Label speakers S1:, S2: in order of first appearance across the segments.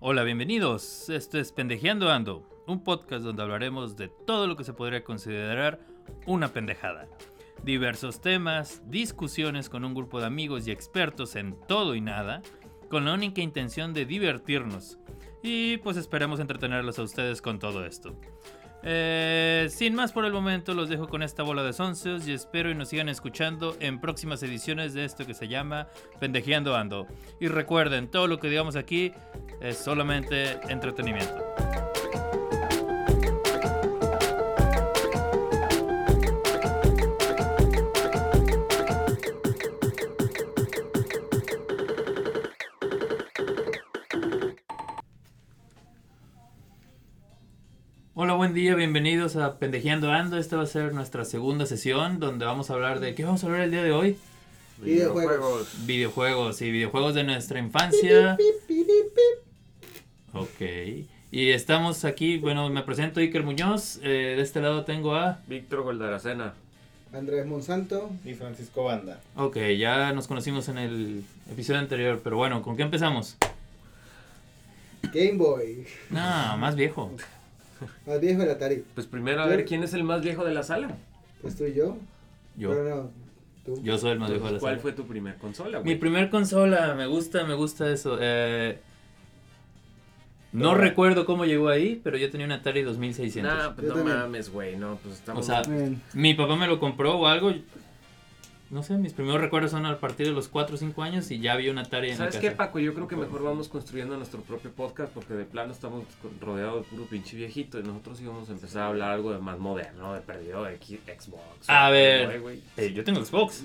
S1: Hola, bienvenidos. Esto es Pendejeando Ando, un podcast donde hablaremos de todo lo que se podría considerar una pendejada. Diversos temas, discusiones con un grupo de amigos y expertos en todo y nada, con la única intención de divertirnos. Y pues esperemos entretenerlos a ustedes con todo esto. Eh, sin más por el momento, los dejo con esta bola de soncios y espero y nos sigan escuchando en próximas ediciones de esto que se llama Pendejeando Ando. Y recuerden, todo lo que digamos aquí es solamente entretenimiento. Hola, buen día, bienvenidos a Pendejeando Ando. Esta va a ser nuestra segunda sesión donde vamos a hablar de... ¿Qué vamos a hablar el día de hoy?
S2: Videojuegos.
S1: Videojuegos y videojuegos de nuestra infancia. Ok. Y estamos aquí, bueno, me presento Iker Muñoz. eh, de este lado tengo a...
S3: Víctor Goldaracena.
S2: Andrés Monsanto.
S4: Y Francisco Banda.
S1: Ok, ya nos conocimos en el episodio anterior, pero bueno, ¿con qué empezamos?
S2: Game Boy.
S1: No, más viejo.
S2: Más viejo el Atari.
S3: Pues primero a ver quién es el más viejo de la sala.
S2: Pues tú y yo. Pero
S1: Yo,
S2: no. Tú.
S1: yo soy el más viejo de la
S3: ¿Cuál
S1: sala.
S3: fue tu primer consola,
S1: Mi
S3: güey?
S1: primer consola, me gusta, me gusta eso. eh, no
S4: Ahora.
S1: recuerdo cómo llegó ahí, pero yo tenía un Atari 2600.
S3: Nah, pues
S2: Yo
S3: no
S2: también.
S3: mames, güey. No, pues estamos.
S1: O sea,
S2: Bien.
S1: Mi papá me lo compró o algo. No sé, mis primeros recuerdos son a partir de los 4 o 5 años y ya había una tarea en
S3: ¿Sabes
S1: la
S3: qué,
S1: casa.
S3: Paco? Yo creo que mejor vamos construyendo nuestro propio podcast porque de plano estamos con- rodeados de puro pinche viejito y nosotros íbamos a empezar a hablar algo de más moderno, de perdido de X- Xbox.
S1: A
S3: o-
S1: ver.
S3: güey, güey.
S1: Eh, yo tengo Xbox.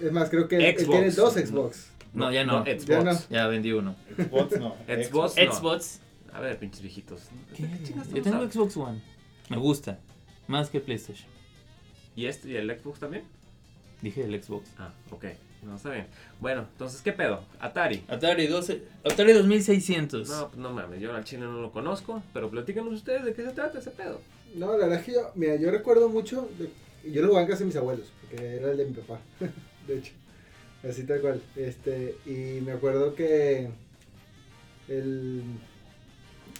S2: Es más, creo que él
S3: Xbox.
S2: tiene dos Xbox.
S1: No, ya no.
S3: Xbox.
S2: Ya no.
S1: Ya vendí uno.
S4: Xbox no.
S3: Xbox. No.
S1: Xbox.
S3: A ver, pinches viejitos. ¿De
S1: ¿Qué?
S3: qué chingas
S1: Yo
S3: estamos
S1: tengo
S3: hablando?
S1: Xbox One. Me gusta. Más que PlayStation.
S3: ¿Y este? ¿Y el Xbox también?
S1: Dije el Xbox.
S3: Ah, ok. No, está bien. Bueno, entonces, ¿qué pedo? Atari.
S1: Atari 12. Atari 2600.
S3: No, pues no mames, yo al chile no lo conozco, pero platícanos ustedes de qué se trata ese pedo.
S2: No, la verdad es que yo, mira, yo recuerdo mucho, de- yo lo jugaba en casa de mis abuelos, porque era el de mi papá, de hecho, así tal cual. Este, y me acuerdo que el,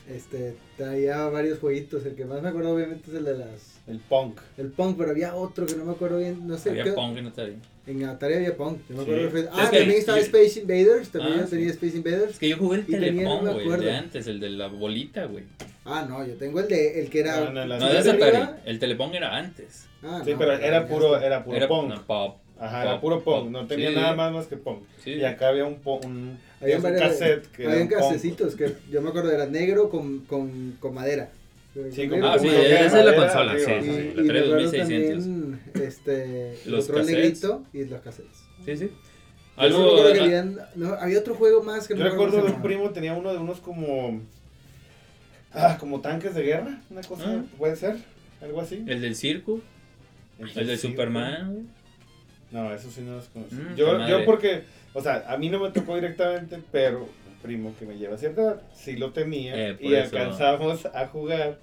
S2: este, traía varios jueguitos, el que más me acuerdo obviamente es el de las,
S4: El punk.
S2: el Pong, pero había otro que no me acuerdo bien, no sé.
S1: Había
S2: qué-
S1: Pong en Atari.
S2: En Atari había Pong, yo me
S4: Sí.
S2: acuerdo. perfecto.
S1: Es
S2: Ah,
S1: que-
S2: también estaba
S1: yo-
S2: Space Invaders, también
S1: Ah,
S2: yo tenía
S1: sí.
S2: Space
S1: Es
S2: Invaders.
S1: que yo jugué el
S2: Y tenía,
S1: Telepong,
S2: no me
S1: güey, el de
S2: acuerdo.
S1: antes, el de la bolita, güey.
S2: Ah, no, yo tengo el de, el que era.
S4: No, no, no,
S1: No,
S4: ¿El
S1: de
S4: de
S1: Atari. El Telepong era antes.
S2: Ah,
S4: Sí,
S2: no,
S4: pero era
S2: ya
S4: puro,
S2: está.
S4: era puro
S1: Era
S4: punk.
S1: no, pop.
S4: Ajá, era puro punk. No tenía
S1: Sí.
S4: nada más más que punk.
S1: Sí.
S4: Y acá había un, po- un,
S2: Había
S4: un
S2: varias-
S4: cassette que
S2: habían
S4: era un punk.
S2: casecitos que yo me acuerdo era negro con, con, con madera.
S4: Sí,
S2: Con
S4: como-
S1: Ah,
S2: negro
S1: sí,
S2: con madera.
S1: esa
S4: era
S1: es la
S4: madera
S1: consola, sí,
S4: arriba,
S2: Y,
S1: sí, sí, la
S2: y me
S1: Atari
S2: acuerdo
S1: 2600.
S2: también, este, el
S1: Los
S2: control
S1: cassettes.
S2: negrito y los cassettes.
S1: Sí, sí.
S2: Yo sí me
S1: Algo.
S2: acuerdo que habían- no, había otro juego más que
S4: Yo
S2: no me acuerdo
S4: recuerdo
S2: cómo
S4: de
S2: se
S4: un
S2: llamaba.
S4: primo tenía uno de unos como. Ah, como tanques de guerra. Una cosa,
S1: Ah.
S4: puede ser. Algo así.
S1: El del circo, el de
S4: Sí,
S1: Superman. güey.
S4: No, eso sí no los conocí.
S1: Mm,
S4: yo,
S1: qué madre.
S4: yo porque, o sea, a mí no me tocó directamente, pero un primo que me lleva a cierta edad, sí lo tenía
S1: Eh, por
S4: y
S1: eso.
S4: alcanzamos a jugar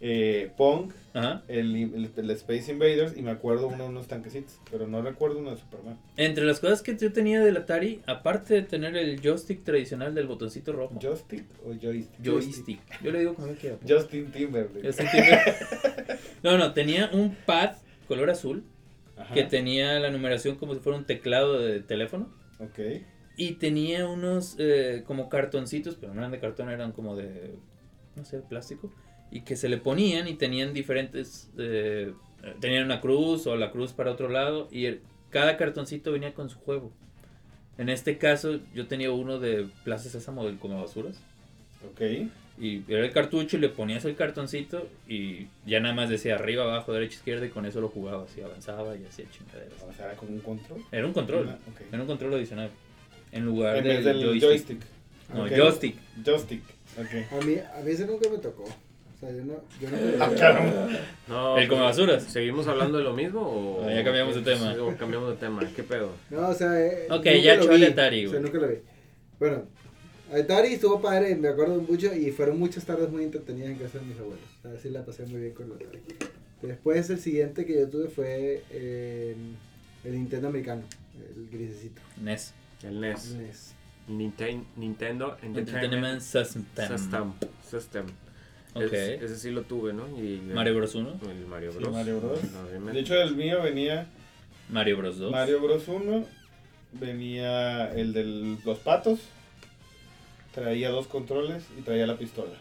S4: eh, Pong,
S1: Ajá.
S4: el, el- el Space Invaders y me acuerdo uno de unos tanquecitos, pero no recuerdo uno de Superman.
S1: Entre las cosas que yo tenía del Atari, aparte de tener el joystick tradicional del botoncito rojo.
S4: ¿Justin o Joystick?
S1: joystick. Yo le digo como yo quiera. pues.
S4: Justin Timberlake.
S1: Joystick tiene- no, no, tenía un pad color azul
S4: Ajá,
S1: que tenía la numeración como si fuera un teclado de teléfono.
S4: Ok.
S1: Y tenía unos eh, como cartoncitos, pero no eran de cartón, eran como de, no sé, plástico. Y que se le ponían y tenían diferentes, eh, eh, tenían una cruz o la cruz para otro lado. Y el- cada cartoncito venía con su juego. En este caso yo tenía uno de Plaza Sésamo del Come Basuras.
S4: Ok.
S1: Y era el cartucho y le ponías el cartoncito y ya nada más decía arriba, abajo, derecha, izquierda y con eso lo jugaba, así avanzaba y hacía chingaderas.
S4: O sea, era como un control.
S1: Era un control,
S4: Ah, ok.
S1: era un control adicional. En lugar
S4: En
S1: del
S4: vez del
S1: joystick.
S4: joystick.
S1: No,
S4: Ok.
S1: joystick.
S4: Joystick. Ok.
S2: A mí, a mí ese nunca me tocó. O sea, yo no. Yo no
S4: Ah, caramba.
S3: No,
S1: ¿El come
S3: pues,
S1: basuras?
S3: ¿Seguimos hablando de lo mismo o.?
S1: Ah, ya cambiamos de tema.
S3: O cambiamos de tema, ¿qué pedo?
S2: No, o sea, eh,
S1: Ok,
S2: nunca
S1: ya
S2: lo
S1: chole
S2: vi,
S1: Atari,
S2: O sea,
S1: güey.
S2: nunca lo vi. Bueno, Atari estuvo padre, me acuerdo mucho, y fueron muchas tardes muy entretenidas en casa de mis abuelos. A ver si la pasé muy bien con el Atari. Después el siguiente que yo tuve fue
S1: E
S2: eh, el E Nintendo americano, el grisecito.
S1: NES.
S3: El NES.
S2: NES.
S5: Ninten- Nintendo
S1: Entertainment
S5: Entertainment
S1: System.
S5: System. System.
S1: Ok.
S5: Ese- Ese sí lo tuve, ¿no? Y,
S1: Mario Bros 1,
S5: El Mario
S4: Sí,
S5: Bros.
S4: Mario Bros.
S5: Obviamente.
S4: De hecho, el mío venía
S1: Mario Bros 2.
S4: Mario Bros 1, venía el de los patos, traía dos controles y traía la pistola.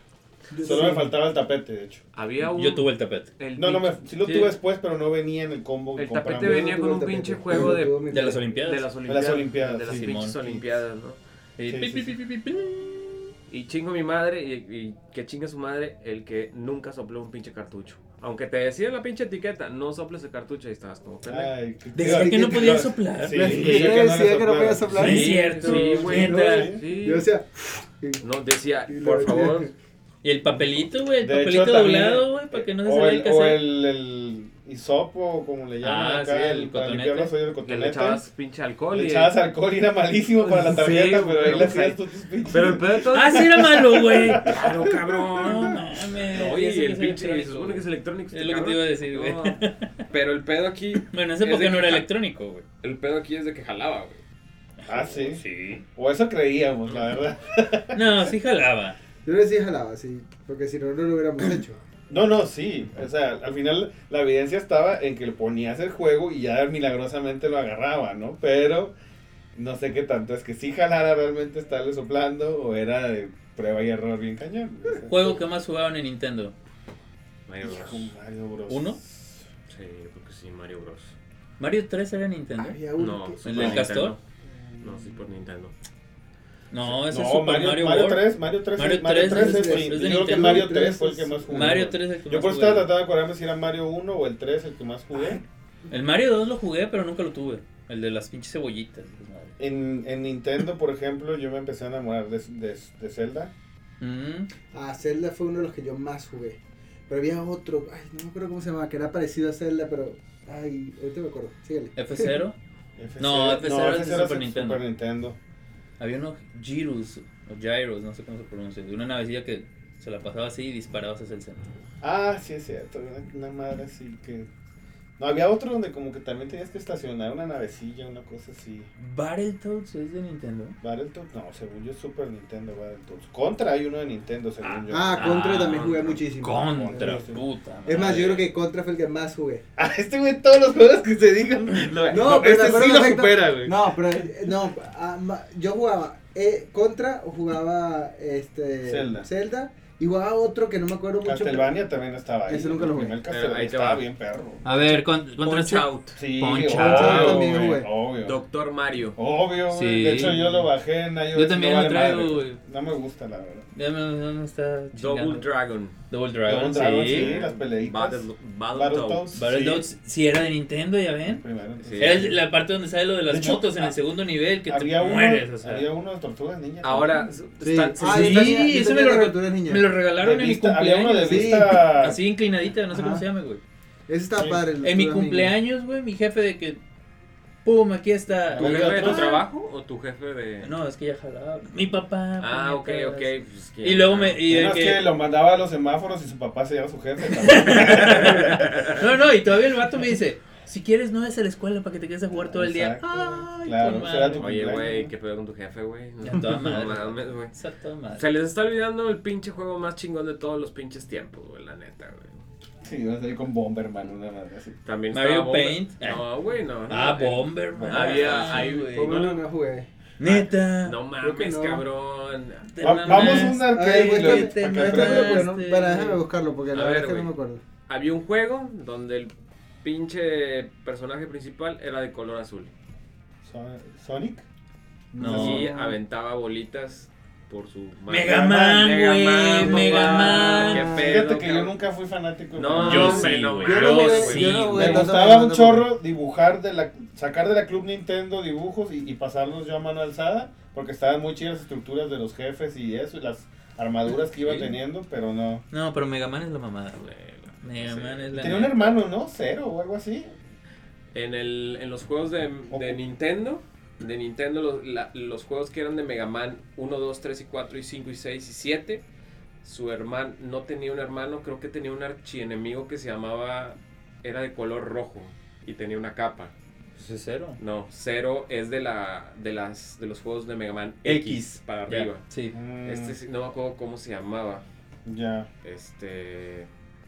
S4: Solo me faltaba el tapete, de hecho.
S5: Había un.
S1: Yo tuve el tapete.
S5: el
S4: No, no,
S5: pinche-
S4: me, sí lo
S5: sí,
S4: tuve después, pero no venía en el combo que
S5: El tapete
S4: compramos.
S5: venía con un pinche juego de-
S1: De las Olimpiadas.
S5: De las
S4: De
S5: Olimpiadas.
S4: las Olimpiadas,
S5: de las
S4: sí.
S5: pinches
S1: Simón.
S5: Olimpiadas, ¿no?
S1: Y
S4: Sí,
S1: pi,
S4: sí,
S1: pi,
S4: sí.
S1: pi, pi, pi.
S5: Y chingo a mi madre y, y que chinga su madre el que nunca sopló un pinche cartucho. Aunque te decía la pinche etiqueta, no soples el cartucho y estabas como pendejo.
S4: Ay, qué-
S1: Decía que no podía soplar.
S4: Sí,
S2: Yo decía que no podía soplar.
S1: Sí, es cierto.
S5: Sí, güey.
S1: Sí,
S4: güey.
S5: sí.
S2: Yo decía.
S5: No, decía,
S2: Y la
S5: por
S2: verdad-
S5: favor.
S1: Y el papelito, güey, el
S4: De
S1: papelito
S4: hecho, también-
S1: doblado, güey, para que no se
S4: o
S1: salga
S4: el,
S1: el
S4: o
S1: cassette.
S4: el, el hisopo, como le llaman
S1: Ah,
S4: acá,
S1: sí, el
S4: el, para limpiar
S1: cotonete.
S4: los hoyos del
S5: Que le
S4: cotonete.
S5: echabas pinche alcohol
S4: Le
S5: y.
S4: echabas alcohol y era malísimo para la
S5: Sí,
S4: tarjeta,
S5: güey,
S4: pero ahí
S5: pero
S4: le
S5: pues
S4: hacías
S5: ahí-
S4: tú tus pinches.
S5: Pero el pedo de todo.
S1: Ah, sí era malo, güey.
S5: Claro,
S1: No
S5: cabrón.
S1: mames.
S5: Oye,
S1: ya sé
S5: y
S1: que soy
S5: el pinche. y Se
S1: electrónico,
S5: supone que es
S1: güey.
S5: electrónico. este
S1: Es lo que te iba a decir, güey.
S5: No, Pero el pedo aquí.
S1: Bueno, en esa
S5: Es
S1: época
S5: de
S1: no era
S5: que-
S1: electrónico, güey.
S5: El pedo aquí es de que jalaba, güey.
S4: Ah, sí.
S1: Sí.
S4: O eso creíamos, la verdad.
S1: No, sí jalaba.
S2: Yo le decía jalaba, sí. Porque si no, no lo hubiéramos hecho.
S4: No, no, sí. O sea, al final la evidencia estaba en que le ponías el juego y ya milagrosamente lo agarraba, ¿no? Pero no sé qué tanto. Es que sí jalara realmente estarle soplando o era de prueba y error bien cañón. O sea,
S1: Juego que más jugaban en Nintendo.
S5: Mario
S4: hijo, Mario Bros.
S1: ¿Uno?
S5: Sí, yo creo que sí, Mario Bros.
S1: Mario 3 era Nintendo.
S2: Había uno.
S5: No,
S2: que-
S1: ¿El del castor?
S5: No, sí, por Nintendo.
S1: No, ese
S4: no,
S1: es Super
S4: Mario,
S1: Mario,
S4: Mario,
S1: World.
S4: 3, Mario 3,
S1: Mario
S4: Mario
S1: 3,
S4: 3
S2: es
S4: es
S2: de-
S4: sí.
S1: es de
S4: Yo creo que
S1: Nintendo.
S4: Mario 3 fue el que más jugué.
S1: Mario 3 es el que
S4: Yo
S1: más
S4: por eso
S1: jugué.
S4: estaba tratando de acordarme si era Mario 1 o el 3 el que más jugué.
S1: El Mario 2 lo jugué, pero nunca lo tuve. El de las pinches cebollitas. pues, madre.
S4: En, en Nintendo, por ejemplo, yo me empecé a enamorar de, de, de Zelda.
S1: Mm.
S2: Ah, Zelda fue uno de los que yo más jugué. Pero había otro, ay, no me acuerdo cómo se llamaba, que era parecido a Zelda, pero. Ay, ahorita me acuerdo. Síguele.
S1: F0.
S4: F0.
S1: No, F0 es de
S4: F0
S1: Super Nintendo.
S4: Super Nintendo.
S1: Había unos Girus o Gyros, no sé cómo se pronuncia. De una navecilla que se la pasaba así y disparabas hacia el centro.
S4: Ah, sí, es cierto. Una, una madre así que. No, había otro donde como que también tenías que estacionar una navecilla, una cosa así.
S1: Battletoads es de Nintendo.
S4: Battletoads, no, según yo es Super Nintendo Battletoads. Contra hay uno de Nintendo, según
S5: Ah,
S4: yo.
S2: Ah, Contra también jugué muchísimo.
S1: Contra,
S4: Sí.
S1: puta.
S2: Es más,
S1: madre.
S2: yo creo que Contra fue el que más jugué.
S4: Ah, este güey, todos los juegos que se digan. lo-
S2: No, pero
S4: este
S2: me acuerdo
S4: sí lo
S2: perfecto.
S4: supera, güey.
S2: No, pero. eh, No, ah, ma- yo jugaba eh, Contra o jugaba este,
S4: Zelda.
S2: y jugaba otro que no me acuerdo mucho.
S4: Castlevania también estaba ahí.
S2: Ese nunca lo
S4: El
S2: jugué.
S4: primer
S5: Pero
S4: Castlevania
S5: ahí te
S4: estaba
S5: va.
S4: bien perro.
S1: A ver, con- contra
S5: Punch
S1: este-
S5: Out.
S4: Sí,
S1: Poncho.
S4: obvio,
S2: Poncho también,
S4: güey,
S2: güey.
S4: obvio.
S5: Doctor Mario.
S4: Obvio, güey.
S1: Sí.
S4: De hecho, yo lo bajé en iOS.
S1: Yo también
S4: no
S1: lo
S4: vale madre.
S1: traigo, güey.
S4: No me gusta, la verdad.
S1: Ya me, ya me está
S5: Double
S1: chingando.
S5: Dragon.
S1: Double Dragon,
S4: Double Dragon,
S1: sí.
S4: sí. las peleitas.
S5: Battle,
S4: Battletoads.
S5: Battletoads.
S1: Battletoads, sí. era de Nintendo, ya
S4: El
S1: ven.
S4: primero, entonces.
S5: Sí.
S1: Era el- la parte donde sale lo de las
S4: De hecho,
S1: motos en
S4: ha-
S1: el segundo nivel que te
S4: había, uno,
S1: mueres. O sea.
S4: había uno de Tortugas Ninja.
S5: Ahora
S2: Sí.
S5: están-
S2: Ah,
S1: Sí,
S2: yo tenía- yo
S1: eso
S2: tenía
S1: me lo
S2: la
S1: re-
S2: Aventuras Ninja.
S1: Me lo regalaron
S4: De
S1: en mi
S4: vista- había uno de
S1: cumpleaños.
S2: sí.
S4: vista.
S1: Así inclinadita, no sé cómo
S2: Ajá.
S1: se llama, güey.
S2: Ese estaba
S4: Sí.
S2: padre. el
S1: En mi
S2: Aventuras Ninja.
S1: cumpleaños, güey, mi jefe de que. ¡Pum! Aquí está.
S5: ¿Tu jefe de tu
S1: Ah,
S5: trabajo o tu jefe de.?
S1: No, es que ya jalaba. Mi papá.
S5: Ah, ok,
S1: puñetas.
S5: ok. pues, que-
S1: Y luego me. Y de
S4: Nada más
S1: que-
S4: que lo mandaba a los semáforos y su papá se llevaba a su jefe. también.
S1: No, no, y todavía el vato me dice: Si quieres, no es a la escuela para que te quedes a jugar todo el día.
S4: Exacto,
S1: Ay,
S4: claro,
S1: tu
S4: o sea,
S1: madre.
S4: tu-
S5: Oye, güey, ¿qué pedo con tu jefe, güey?
S1: Ya toda madre.
S5: No mames, güey.
S1: Está toda madre.
S5: Se les está olvidando el pinche juego más chingón de todos los pinches tiempos, güey, la neta, güey.
S4: sí, iba a salir con Bomberman, una madre así.
S5: También
S1: Mario
S5: estaba Bomber-
S1: Paint.
S5: No, güey, no.
S1: Ah,
S5: no, eh,
S1: Bomberman.
S5: Había-
S1: Ah,
S5: ahí,
S1: güey.
S5: Bomber-
S2: No, no, no jugué.
S1: Neta.
S5: No
S2: Creo que
S5: mames,
S2: no.
S5: cabrón.
S1: Te
S4: Va- vamos a
S1: mamaste.
S4: un
S2: A ver,
S4: arcade.
S2: güey,
S4: Lloyd,
S1: te
S4: para que
S2: Pero
S1: mataste.
S4: aprendas.
S2: déjame
S1: este-
S2: buscarlo, Para, déjame buscarlo, porque
S5: A
S2: la
S5: ver,
S2: verdad es que no
S5: güey.
S2: me acuerdo.
S5: Había un juego donde el pinche personaje principal era de color azul.
S4: Son- Sonic.
S1: No.
S5: Y aventaba bolitas por su
S1: Mega Man,
S5: Mega Man,
S1: güey.
S5: papá.
S1: Mega
S5: Qué
S1: Man.
S5: pedo,
S4: Fíjate que yo
S5: cabrón.
S4: nunca fui fanático. de
S5: No,
S4: Bomberman.
S1: Yo
S5: hombre,
S1: sí,
S5: no,
S1: güey.
S5: güey.
S1: Yo
S5: Yo
S1: jugué-
S5: sí,
S1: yo no
S5: güey.
S1: jugué
S4: Me
S2: Bueno,
S4: gustaba
S2: no,
S4: un
S2: no,
S4: chorro dibujar de la sacar de la Club Nintendo dibujos y, y pasarlos yo a mano alzada porque estaban muy chidas las estructuras de los jefes y eso y las armaduras que iba
S5: Sí.
S4: teniendo, pero no.
S1: No, pero Mega Man es la mamada, güey.
S5: Güey,
S1: Mega
S5: sí.
S1: Man es la
S4: Tenía un hermano, ¿no? Cero o algo así.
S5: En, el, en los juegos de, de
S4: Ojo.
S5: Nintendo, de Nintendo los, la- los juegos que eran de Mega Man 1, 2, 3 y 4 y 5 y 6 y 7, su hermano no tenía un hermano, creo que tenía un archienemigo que se llamaba, era de color rojo y tenía una capa.
S1: Pues es cero.
S5: No, Zero es de la de las de los juegos de Mega Man X,
S4: X.
S5: para
S1: Ya,
S5: arriba.
S1: Sí.
S4: Mm,
S5: Este sí, no me acuerdo cómo se llamaba.
S4: Ya.
S5: Este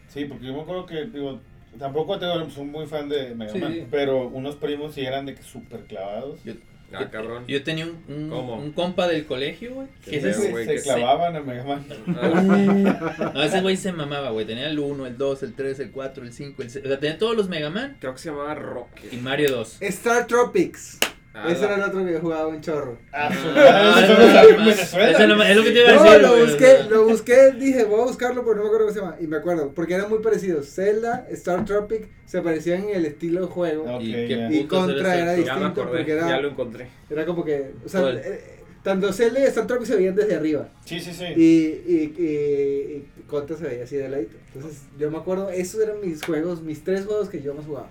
S4: Sí, porque yo me acuerdo que, digo, tampoco tengo, soy muy fan de Mega
S1: Sí.
S4: Man, pero unos primos sí eran de que súper clavados.
S1: Yo,
S5: ah cabrón.
S1: yo tenía un, un,
S5: ¿Cómo?
S1: un compa del colegio, güey. Que
S5: feo,
S1: ese
S4: Sí,
S1: es-
S5: güey,
S4: se
S5: que-
S4: clavaban a Mega Man.
S5: Ah,
S1: No, ese güey se mamaba, güey. Tenía el 1, el 2, el 3, el 4, el 5, el 6. O sea, tenía todos los Mega Man
S5: creo que se llamaba Rocket.
S1: y Mario 2.
S4: Eh,
S2: Star Tropics.
S5: Ah,
S2: Ese
S5: la-
S2: era el otro que yo jugaba un chorro.
S4: Ah, su-
S1: Ah,
S4: eso
S1: eso
S4: solo
S1: es
S4: salió en
S1: más-
S4: Venezuela.
S1: eso es lo más- es lo que te iba a
S2: No,
S1: decir,
S2: lo
S1: güey, o sea.
S2: busqué, lo busqué, dije, voy a buscarlo, pero no me acuerdo cómo se llama. Y me acuerdo, porque eran muy parecidos. Zelda, Star Tropic, se parecían en el estilo de juego.
S4: No,
S1: y
S4: Ah, Ok,
S1: qué
S4: ya.
S1: putos
S2: Y Contra
S1: eres
S2: era
S1: sexo.
S5: ya me
S2: distinto,
S5: acordé,
S2: porque era-
S5: ya lo encontré.
S2: Era como que, o sea,
S5: Bueno.
S2: eh, tanto Zelda y Star Tropic se veían desde arriba.
S4: Sí, sí, sí.
S2: Y, y, y, y Contra se veía así de ladito. Entonces, yo me acuerdo, esos eran mis juegos, mis tres juegos que yo más jugaba.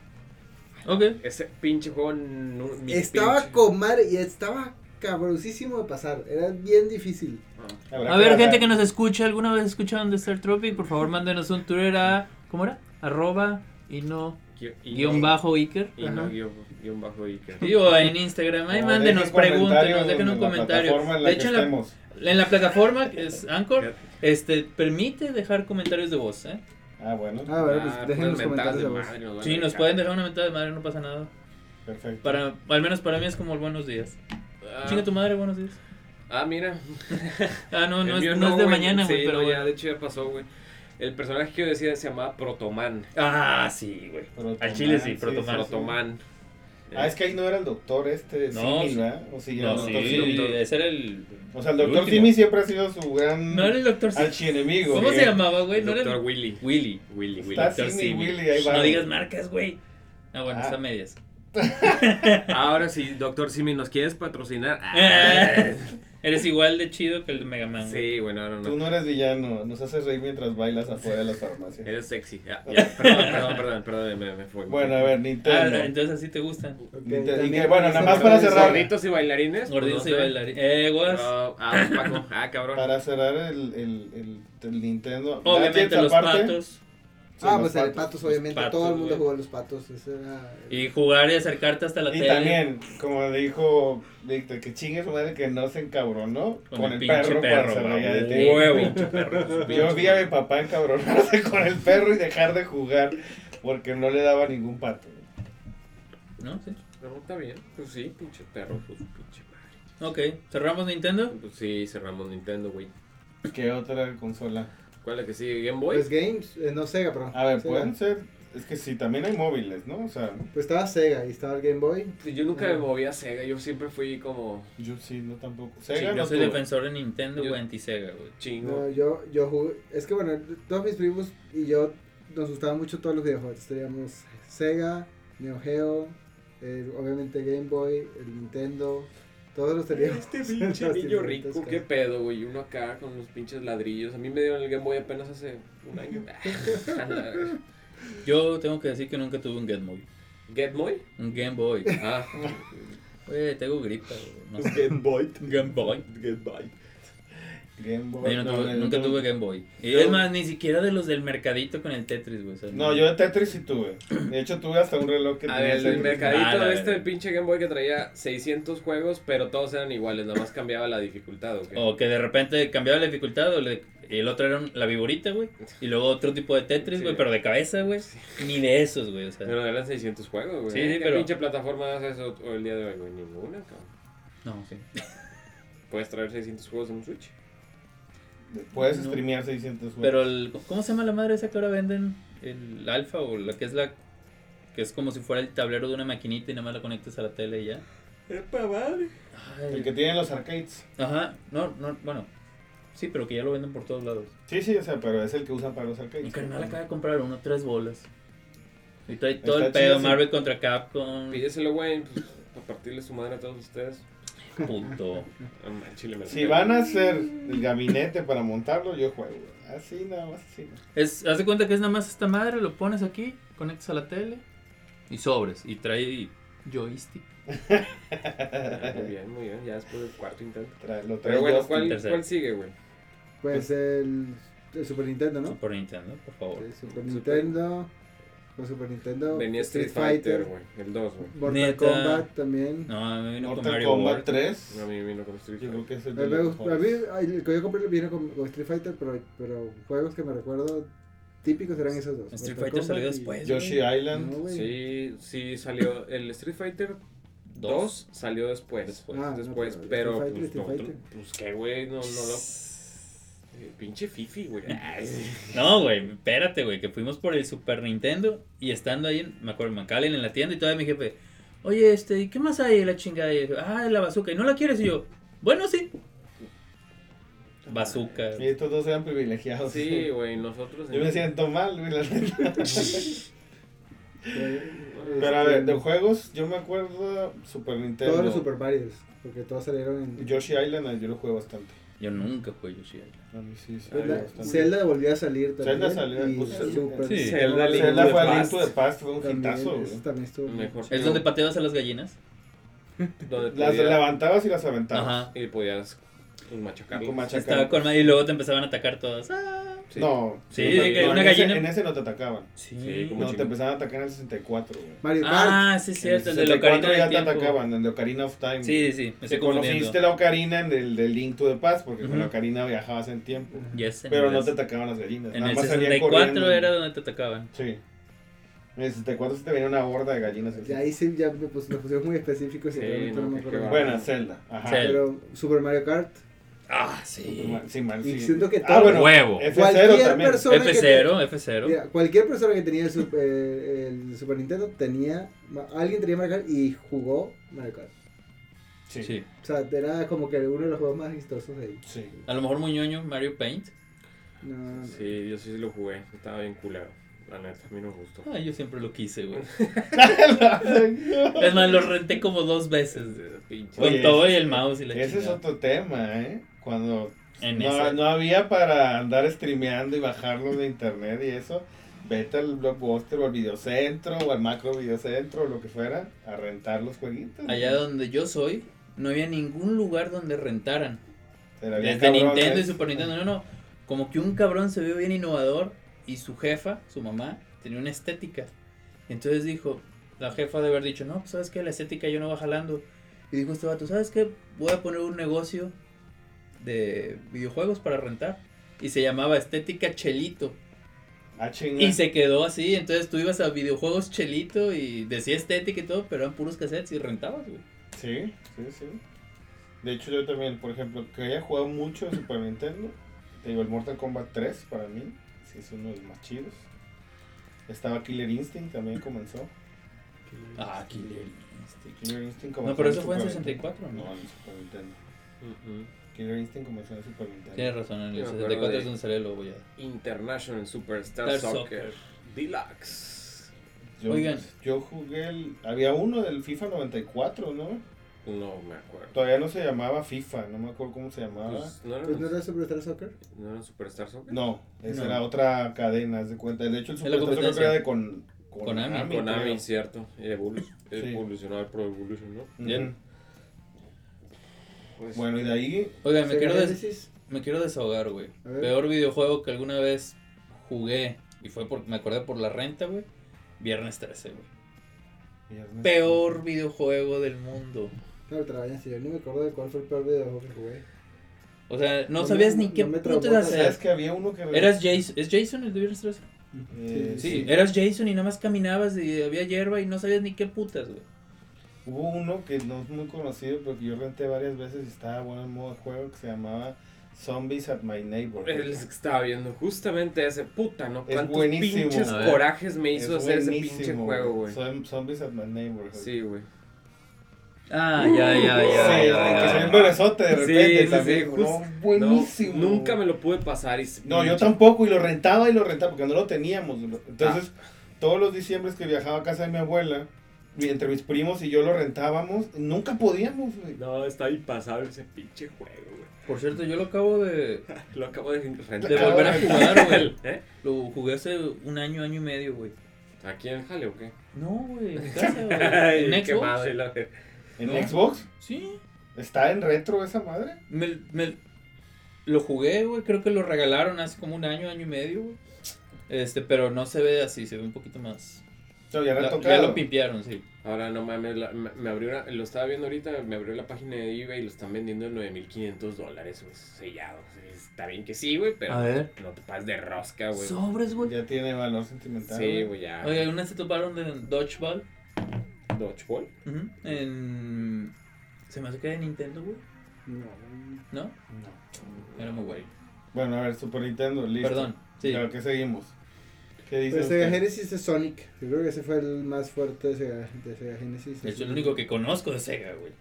S6: Ok.
S5: Ese pinche juego no, mi
S2: estaba
S5: pinche-
S2: con madre y estaba cabrosísimo de pasar. Era bien difícil.
S5: Ah,
S4: Habrá
S6: A ver, gente
S4: bajar.
S6: que nos escucha, ¿alguna vez escucharon de Star Tropic? Por favor, mándenos un Twitter a. ¿Cómo era? Arroba y no.
S5: gui- y-
S6: Guión bajo Iker.
S5: Y no
S6: Ajá.
S5: guión, guión bajo Iker.
S6: Sí, o en Instagram. Ahí
S4: No,
S6: mándenos,
S4: dejen comentarios
S6: pregúntenos,
S4: en
S6: dejen un
S4: la
S6: comentario.
S4: plataforma en la
S6: De
S4: que
S6: hecho, en la,
S4: estemos.
S6: en la plataforma, que es Anchor, este, permite dejar comentarios de voz, ¿eh?
S4: Ah, bueno,
S2: Ah, bueno, pues
S5: Ah,
S2: dejen los
S5: puras mentadas
S2: comentarios
S5: de
S2: de vos.
S5: madre, van
S6: Sí,
S5: a
S6: nos
S5: dejar.
S6: pueden dejar una mentada de madre, no pasa nada.
S4: perfecto.
S6: Para, al menos para mí es como el buenos días.
S5: Ah,
S6: Chinga tu madre, buenos días.
S5: Ah, mira.
S6: Ah, no,
S5: El
S6: no, es,
S5: mío
S6: no es de
S5: güey.
S6: mañana, güey,
S5: Sí,
S6: pero
S5: no, ya,
S6: bueno.
S5: de hecho ya pasó, güey. El personaje que yo decía se llamaba Protoman.
S6: Ah, sí, güey.
S4: Protoman,
S6: Al chile sí, Protoman.
S5: Protoman. Eh,
S4: Ah, es que ahí no era el doctor este,
S6: No,
S4: Simi,
S6: sí.
S4: ¿verdad? O sí,
S6: No,
S4: el
S6: sí,
S4: doctor Simi.
S6: doctor- ese era el.
S4: O sea, el doctor
S6: último.
S4: Simi siempre ha sido su gran
S6: No era el doctor Simi.
S4: archienemigo.
S6: ¿Cómo
S4: que
S6: se llamaba, güey?
S5: El
S6: No era
S5: Doctor
S6: el
S5: Willy.
S6: Willy.
S5: Willy, Willy.
S4: Está
S6: Doctor
S4: Simi,
S6: Simi.
S4: Willy, ahí
S6: Shh,
S4: va.
S6: No digas marcas, güey. Ah, bueno,
S4: Ah.
S6: está a medias.
S5: Ahora sí, Doctor Simi, ¿nos quieres patrocinar? Ah,
S6: Eh. Eres igual de chido que el de Mega Man. güey.
S5: sí, bueno, no,
S4: Tú
S5: no.
S4: no eres villano, nos haces reír mientras bailas afuera de las farmacias.
S5: Eres sexy. Ya, ya. Perdón, perdón, perdón, perdón, me, me fue.
S4: Bueno, a ver,
S6: Ah,
S4: Nintendo.
S6: entonces así te gustan.
S2: Ok,
S4: Ninte-
S2: también
S4: y que, bueno,
S2: hice
S4: nada más para
S2: otra vez.
S4: cerrar.
S5: Gorditos y bailarines.
S6: Gorditos
S5: pues,
S6: y
S5: no sé.
S6: bailarín. Eh, guas.
S5: No, ah, Paco. Ah, cabrón.
S4: Para cerrar el, el, el, el Nintendo.
S6: Obviamente
S4: Gadgets
S6: los
S4: aparte.
S6: patos.
S4: Sí,
S2: Ah,
S4: los
S2: pues el patos, obviamente.
S6: Patos,
S2: Todo el mundo
S6: güey.
S2: jugó a los patos. Ese era...
S6: Y jugar y acercarte hasta la
S4: Y
S6: tele.
S4: también, como dijo Víctor, que chingue su madre que no se encabronó
S6: Con,
S4: con,
S6: el,
S4: el,
S6: pinche
S4: perro,
S6: perro.
S4: para
S6: va,
S4: salir de ti.
S6: huevo. Pinche perro.
S4: Yo vi a mi papá encabronarse con el perro y dejar de jugar porque no le daba ningún pato.
S6: ¿No? Sí.
S5: No, está bien. Pues sí, pinche perro. Pues pinche madre.
S6: Ok, cerramos Nintendo.
S5: Pues sí, cerramos Nintendo, güey.
S4: ¿Qué otra consola?
S5: ¿Cuál es la que sigue? ¿Game Boy?
S2: Pues Games, eh, no Sega, perdón.
S4: A ver, pues.
S2: Sega.
S4: pueden ser. Es que sí, también hay móviles, ¿no? O sea,
S2: Pues estaba Sega y estaba el Game Boy.
S5: Yo nunca me moví a Sega, yo siempre fui como
S4: yo sí, no tampoco.
S5: Sí,
S4: Sega
S5: yo
S4: no
S6: Yo soy
S4: tuve.
S6: defensor de Nintendo,
S5: Yo-
S6: güey, anti-Sega, güey.
S2: No,
S5: chingo.
S2: yo, yo jugué. Es que bueno, todos mis primos y yo nos gustaban mucho todos los videojuegos. Teníamos Sega, Neo Geo, el- obviamente Game Boy, el Nintendo. Todos los teníamos.
S5: Este
S2: en
S5: pinche
S2: las
S5: niño
S2: diferentes
S5: rico,
S2: casas.
S5: qué pedo, güey. Uno acá con unos pinches ladrillos. A mí me dieron el Game Boy apenas hace un año.
S6: Yo tengo que decir que nunca tuve un Game Boy.
S5: ¿Get Boy?
S6: Un Game Boy.
S5: Ah,
S6: Güey, tengo gripa, güey. No sé.
S4: Game Boy.
S6: Game Boy.
S4: Game Boy. Game Boy.
S6: Yo no
S4: no,
S6: tuve-
S4: no
S6: nunca tuve Game Boy. Y
S4: Yo-
S6: es más, ni siquiera de los del mercadito con el Tetris, güey. o sea,
S4: No, yo de Tetris sí tuve. De hecho, tuve hasta un reloj que
S5: a ver, el
S4: Tetris.
S6: Ah,
S5: mercadito
S6: la
S5: este
S6: verga.
S5: pinche Game Boy que traía 600 juegos, pero todos eran iguales, nada más cambiaba la dificultad, ¿ok?
S6: O que de repente cambiaba la dificultad o le- el otro era un- la viborita, güey. Y luego otro tipo de Tetris,
S5: Sí.
S6: güey, pero de cabeza, güey. Ni de esos, güey. O sea,
S5: Pero eran 600 juegos, güey.
S6: Sí, sí,
S5: ¿Qué
S6: pero-
S5: pinche plataforma hace eso el día de hoy, güey? Ninguna, cabrón.
S6: no, sí.
S5: Puedes traer 600 juegos en un Switch.
S4: Puedes
S6: No.
S4: streamear 600 juegos.
S6: Pero el, ¿cómo se llama la madre esa que ahora venden? El alfa o la que es la que es como si fuera el tablero de una maquinita y nada más la conectas a la tele y ya.
S5: ¡Epa, madre!
S6: Ay,
S4: El que tiene los arcades.
S6: Ajá, no, no, bueno. Sí, pero que ya lo venden por todos lados.
S4: Sí, sí, o sea, pero es el que usan para los arcades.
S6: Mi carnal acaba de comprar uno, tres bolas. Y trae todo
S4: Está
S6: el pedo,
S4: chido, sí.
S6: Marvel contra Capcom.
S5: Pídeselo, güey, pues, para partirle su madre a todos ustedes.
S6: Punto.
S5: Ah, man, chile, me la
S4: Si
S5: pela.
S4: van a hacer el gabinete para montarlo, yo juego. Así nada más, así.
S6: Es, haz de cuenta que es nada más esta madre, lo pones aquí, conectas a la tele y sobres. Y trae joystick.
S5: Ah, Muy bien, muy bien, ya después del cuarto intento.
S4: Tra-
S5: Pero
S4: lo traigo
S5: bueno,
S4: hasta-
S5: ¿cuál,
S6: tercero.
S5: cuál sigue, güey?
S4: Pues-
S2: Pues el, el Super Nintendo, ¿no?
S6: Super Nintendo, por favor.
S2: El Super Nintendo. con Super Nintendo.
S5: Venía Street Fighter, güey. El 2, güey.
S2: Mortal
S1: Neta.
S2: Kombat también.
S1: No, a mí me vino con
S4: Mortal
S1: Mario
S4: Kombat
S1: World.
S4: 3.
S5: A mí vino con Street
S4: Yo creo
S5: Fighter.
S4: que es el
S2: A
S4: de
S2: mí, me
S4: los
S2: gust- Eh, a mí,
S4: mejores.
S2: ay, el que yo compré vino con, con Street Fighter, pero, pero juegos que me recuerdo típicos eran esos dos.
S6: Street
S2: Mortal
S6: Fighter
S2: Kombat
S6: salió
S2: y-
S6: después.
S4: Yoshi
S2: No,
S4: Island.
S2: güey.
S5: Sí, sí salió. El Street Fighter 2 salió después.
S6: Después.
S5: Después,
S2: Ah, no, pero
S5: pero.
S2: Street Fighter,
S5: pues,
S2: Street
S5: nosotros-
S2: Fighter.
S5: pues qué, güey. No, no lo. eh, Pinche Fifi, güey. Ay, sí.
S6: No, güey, espérate, güey, que fuimos por el Super Nintendo y estando ahí, en- me acuerdo, en McAllen, en la tienda y todavía mi jefe, oye, este, ¿y qué más hay de la chingada? Y yo, ah, la bazooka, ¿y no la quieres? Y yo, bueno, sí. Bazooka.
S4: Y estos dos eran privilegiados.
S5: Sí, güey. Nosotros.
S4: Yo me siento mal, güey, la neta.
S2: Fue-
S4: Pero a ver,
S2: este,
S4: de juegos, yo me acuerdo Super Nintendo.
S2: Todos los Super Mario, porque todos salieron en.
S4: Yoshi Island, yo lo jugué bastante.
S6: Yo nunca jugué Yoshi Island.
S4: A mí sí, sí.
S2: Pues
S4: me
S2: la-
S4: bastante.
S2: Zelda volvió a salir también.
S4: Zelda salió,
S2: y
S4: pues,
S2: Super
S6: sí.
S5: Zelda, Link
S4: Zelda
S5: to the
S4: fue a Link
S5: Past.
S4: to the Past, fue un
S2: También, este,
S4: hitazo,
S2: ese
S4: güey.
S2: también estuvo
S5: Mejor.
S6: ¿Es donde pateabas a las gallinas?
S5: donde
S4: Las
S5: podía-
S4: levantabas y las aventabas.
S6: Ajá.
S5: Y podías pues, machacar.
S4: Con machaca.
S6: Estaba con madre y luego te empezaban a atacar todas. Ah.
S5: Sí.
S4: No.
S6: Sí,
S4: no,
S6: de que
S4: no,
S6: una
S4: en ese-
S6: gallina-
S4: en ese no te atacaban.
S6: Sí.
S5: Sí, como
S4: No, te
S5: chingón.
S4: empezaban a atacar en el 64, güey.
S2: Mario Kart.
S6: Ah, sí, es cierto,
S4: en
S6: el
S4: el
S6: de la
S4: 64
S6: Ocarina
S4: ya
S6: del
S4: te
S6: Tiempo.
S4: atacaban, en el Ocarina of Time.
S6: Sí, sí, me estoy
S4: Te
S6: confundiendo.
S4: conociste la Ocarina en el del Link to the Past, porque con
S6: Ujú.
S4: la Ocarina viajabas en tiempo.
S6: Yes,
S4: Pero no
S6: señores.
S4: te atacaban las gallinas.
S6: En
S4: nada
S6: el
S4: más salían
S6: 64
S4: corriendo.
S6: era donde te atacaban.
S4: Sí. En el 64 se te venía una horda de gallinas.
S2: Y ahí sí ya me, pus- me pusieron muy específicos y
S5: Sí,
S2: realmente no
S5: no,
S2: me
S5: qué-
S2: acuerdo.
S5: qué
S4: Bueno, Zelda. Ajá.
S6: Zelda.
S2: Pero Super Mario Kart,
S6: Ah, sí.
S4: Sí, mal,
S2: Y
S4: sí.
S2: siento que
S4: ah,
S2: todo-
S4: bueno,
S1: Huevo.
S4: F0
S2: cualquier
S4: también.
S2: persona que
S6: F0, F0.
S2: Mira, cualquier persona que tenía el Super, eh, el Super Nintendo tenía. ma- Alguien tenía Mario Kart y jugó Mario Kart.
S4: Sí.
S6: Sí.
S4: sí.
S2: O sea, era como que uno de los juegos más exitosos ahí.
S6: A lo mejor Muñoño, Mario Paint.
S2: No,
S5: Sí, yo sí lo jugué. Estaba bien culero. La neta, a mí no me gustó.
S6: Ah, yo siempre lo quise, güey.
S4: Ese
S6: Es más, lo renté como dos veces. güey.
S5: Este, pinche.
S6: Con
S4: Oye,
S6: todo y el mouse y la
S4: es
S6: chingada.
S4: otro tema, ¿eh? Cuando
S6: En
S4: no,
S6: ese.
S4: no había para andar streameando y bajarlo de internet y eso. Vete al blockbuster o al videocentro o al macro videocentro o lo que fuera a rentar los jueguitos.
S6: Allá donde yo soy, no había ningún lugar donde rentaran.
S4: Se la había
S6: Desde
S4: cabrón,
S6: Nintendo y
S4: ¿eh?
S6: Super Nintendo, no, no. Como que un cabrón se vio bien innovador y su jefa, su mamá, tenía una estética. Entonces dijo, la jefa de haber dicho, no, pues sabes qué, la estética yo no va jalando. Y dijo este vato, ¿sabes qué? Voy a poner un negocio de videojuegos para rentar. Y se llamaba Estética Chelito.
S4: Ah, chinga.
S6: Y se quedó así, entonces tú ibas a videojuegos chelito y decía estética y todo, pero eran puros cassettes y rentabas, güey.
S4: Sí, sí, sí. De hecho, yo también, por ejemplo, que haya jugado mucho de Super Nintendo. Te digo, el Mortal Kombat 3 para mí, sí es uno de los más chidos. Estaba Killer Instinct, también comenzó.
S6: Ah, Killer
S4: Killer Instinct comenzó
S6: No, pero
S4: en
S6: eso fue en
S4: Super Nintendo.
S6: 64, ¿no?
S4: No, en Super Nintendo.
S5: Ujú.
S4: Killer Instinct comenzó en Super Nintendo.
S6: Tienes razón, en
S5: Yo
S6: el
S5: me acuerdo
S6: 64
S5: de-
S6: es donde salió el lobo ya.
S5: International Superstar
S6: Star
S5: Soccer.
S6: Soccer.
S5: Deluxe.
S4: Yo, pues,
S6: Oigan.
S4: Yo jugué el... Había uno del FIFA 94, ¿no?
S5: No me acuerdo.
S4: Todavía no se llamaba FIFA, no me acuerdo cómo se llamaba.
S5: Pues, ¿no, era,
S2: Pues no era Superstar Soccer.
S5: no era Superstar Soccer?
S4: no, esa
S6: No.
S4: era otra cadena, haz de cuenta. De hecho, el
S6: Es la
S4: Super Nintendo creo que era de con...
S6: Konami.
S5: Konami,
S4: creo.
S5: cierto. Evolu- Evolucionó al Pro Evolution, ¿no?
S4: Ujú.
S5: Bien. Pues,
S4: Bueno, y de ahí
S6: Oigan, me
S2: Sega
S6: quiero, des-
S2: Genesis.
S6: me quiero desahogar, güey.
S2: A ver.
S6: Peor videojuego que alguna vez jugué, y fue porque me acordé por la renta, güey. Viernes 13, güey.
S4: Viernes.
S6: Peor videojuego del mundo.
S2: Claro, te la bañaste, yo ni me acuerdo de cuál fue el peor videojuego que jugué.
S6: O sea, no,
S2: No me-
S6: sabías ni
S2: no
S6: qué
S2: me
S6: putas
S2: traumó,
S4: ¿Sabes
S6: hacer.
S4: que había uno que...
S6: Eras Jason, ¿es Jason el de Viernes 13?
S4: Eh,
S6: Sí,
S4: sí.
S6: eras Jason y nada más caminabas y había hierba y no sabías ni qué putas, güey.
S4: Hubo uno que no es muy conocido, pero que yo renté varias veces y estaba bueno en modo de juego, que se llamaba Zombies at My Neighbor.
S5: Es el que estaba viendo justamente ese puta, ¿no?
S4: Es
S5: ¿Cuántos
S4: buenísimo.
S5: pinches
S6: A ver.
S5: corajes me hizo
S4: Es
S5: hacer ese
S4: buenísimo,
S5: pinche juego, güey?
S4: Zom- Zombies at My Neighbor.
S5: Sí, güey.
S6: Ah, ya, ya,
S4: Sí,
S6: ya,
S4: de que
S6: ya,
S4: soy un
S6: ya.
S4: berezote de
S5: Sí,
S4: repente
S5: sí,
S4: también.
S5: sí,
S4: No,
S5: justo.
S4: buenísimo.
S5: No, nunca me lo pude pasar. Y
S4: No, yo tampoco, y lo rentaba y lo rentaba, porque no lo teníamos. Entonces, todos los diciembres que viajaba a casa de mi abuela, y entre mis primos y yo lo rentábamos, nunca podíamos, güey.
S5: No, está impasable ese pinche juego, güey.
S6: Por cierto, yo lo acabo de,
S5: Lo acabo de rentar.
S6: de volver a jugar, güey.
S5: ¿Eh?
S6: Lo jugué hace un año, año y medio, güey.
S5: ¿Aquí en el jale o qué?
S6: No, güey, en mi casa, güey.
S5: Ay,
S6: En
S5: qué
S6: Xbox.
S5: madre, la ver-
S4: En
S6: No.
S4: Xbox,
S6: Sí.
S4: ¿está en retro esa madre?
S6: Me, me- lo jugué, güey. Creo que lo regalaron hace como un año, año y medio, güey. Este, pero no se ve así, se ve un poquito más.
S4: No, ya
S6: La-
S4: la,
S6: ya lo pimpearon, sí.
S5: Ahora no mames, la- me, me abrió una- lo estaba viendo ahorita, me abrió la página de eBay y lo están vendiendo en 9500 dólares, güey, sellado. Está bien que sí, güey, pero
S6: A ver.
S5: no te pases de rosca, güey.
S6: Sobres, güey.
S4: Ah, Ya tiene valor sentimental.
S5: Sí, güey,
S4: Ah.
S5: ya.
S6: Oye, ¿alguna vez se toparon de Dodgeball?
S5: Dodgeball.
S6: Ujú, En. Se me hace que era de Nintendo, güey.
S4: No.
S6: ¿No? Era muy güey.
S4: Bueno, a ver, Super Nintendo, listo.
S6: Perdón. Sí.
S4: Pero que seguimos. ¿Qué dice
S2: Pues Sega
S4: usted?
S2: Genesis es Sonic. Yo creo que ese fue el más fuerte de Sega, de Sega Genesis.
S6: Es el único que conozco de Sega, güey.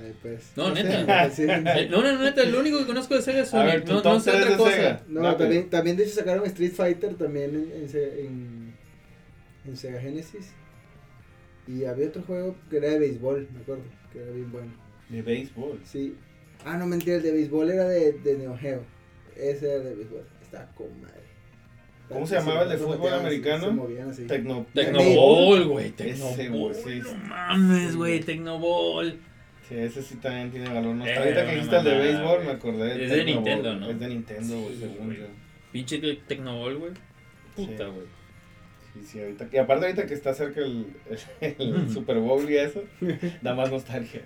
S2: Ay, pues.
S6: No,
S2: sé,
S6: neta.
S2: sí, sí.
S6: Eh, No, no, no, neta, el único que conozco de Sega es
S4: A
S6: Sonic.
S4: ver, tu
S6: no,
S4: top
S6: no sé
S4: 3
S6: otra
S4: de
S6: cosa.
S4: Sega.
S2: No,
S4: Rápido.
S2: también, también de hecho sacaron Street Fighter también en, en, Se- en- en Sega Genesis. Y había otro juego que era de béisbol, me acuerdo, que era bien bueno.
S4: De béisbol.
S2: Sí. Ah, no, mentira, el de béisbol era de, de Neo Geo. Ese era de béisbol. Estaba con madre.
S4: ¿Cómo se llamaba el de fútbol
S2: Pateaban así,
S4: americano?
S2: Se movían así.
S4: Tecno.
S6: Tecnoball, güey.
S4: Ese,
S6: Tecnoball.
S4: güey, sí.
S6: No mames, güey. Tecnoball.
S4: Sí, ese sí también tiene valor. No,
S6: Eh,
S4: ahorita que
S6: una
S4: dijiste el de
S6: mamada,
S4: béisbol,
S6: güey.
S4: me acordé. del
S6: Es de
S4: Tecno
S6: Nintendo,
S4: Bowl.
S6: ¿no?
S4: Es de Nintendo, güey,
S6: Sí,
S4: según
S6: güey.
S4: yo.
S6: Pinche te- Tecnoball, güey. Puta,
S4: Sí.
S6: güey.
S4: Sí, sí, ahorita. Y aparte, ahorita que está cerca el, el-
S6: Mm.
S4: el Super Bowl y eso, da más nostalgia.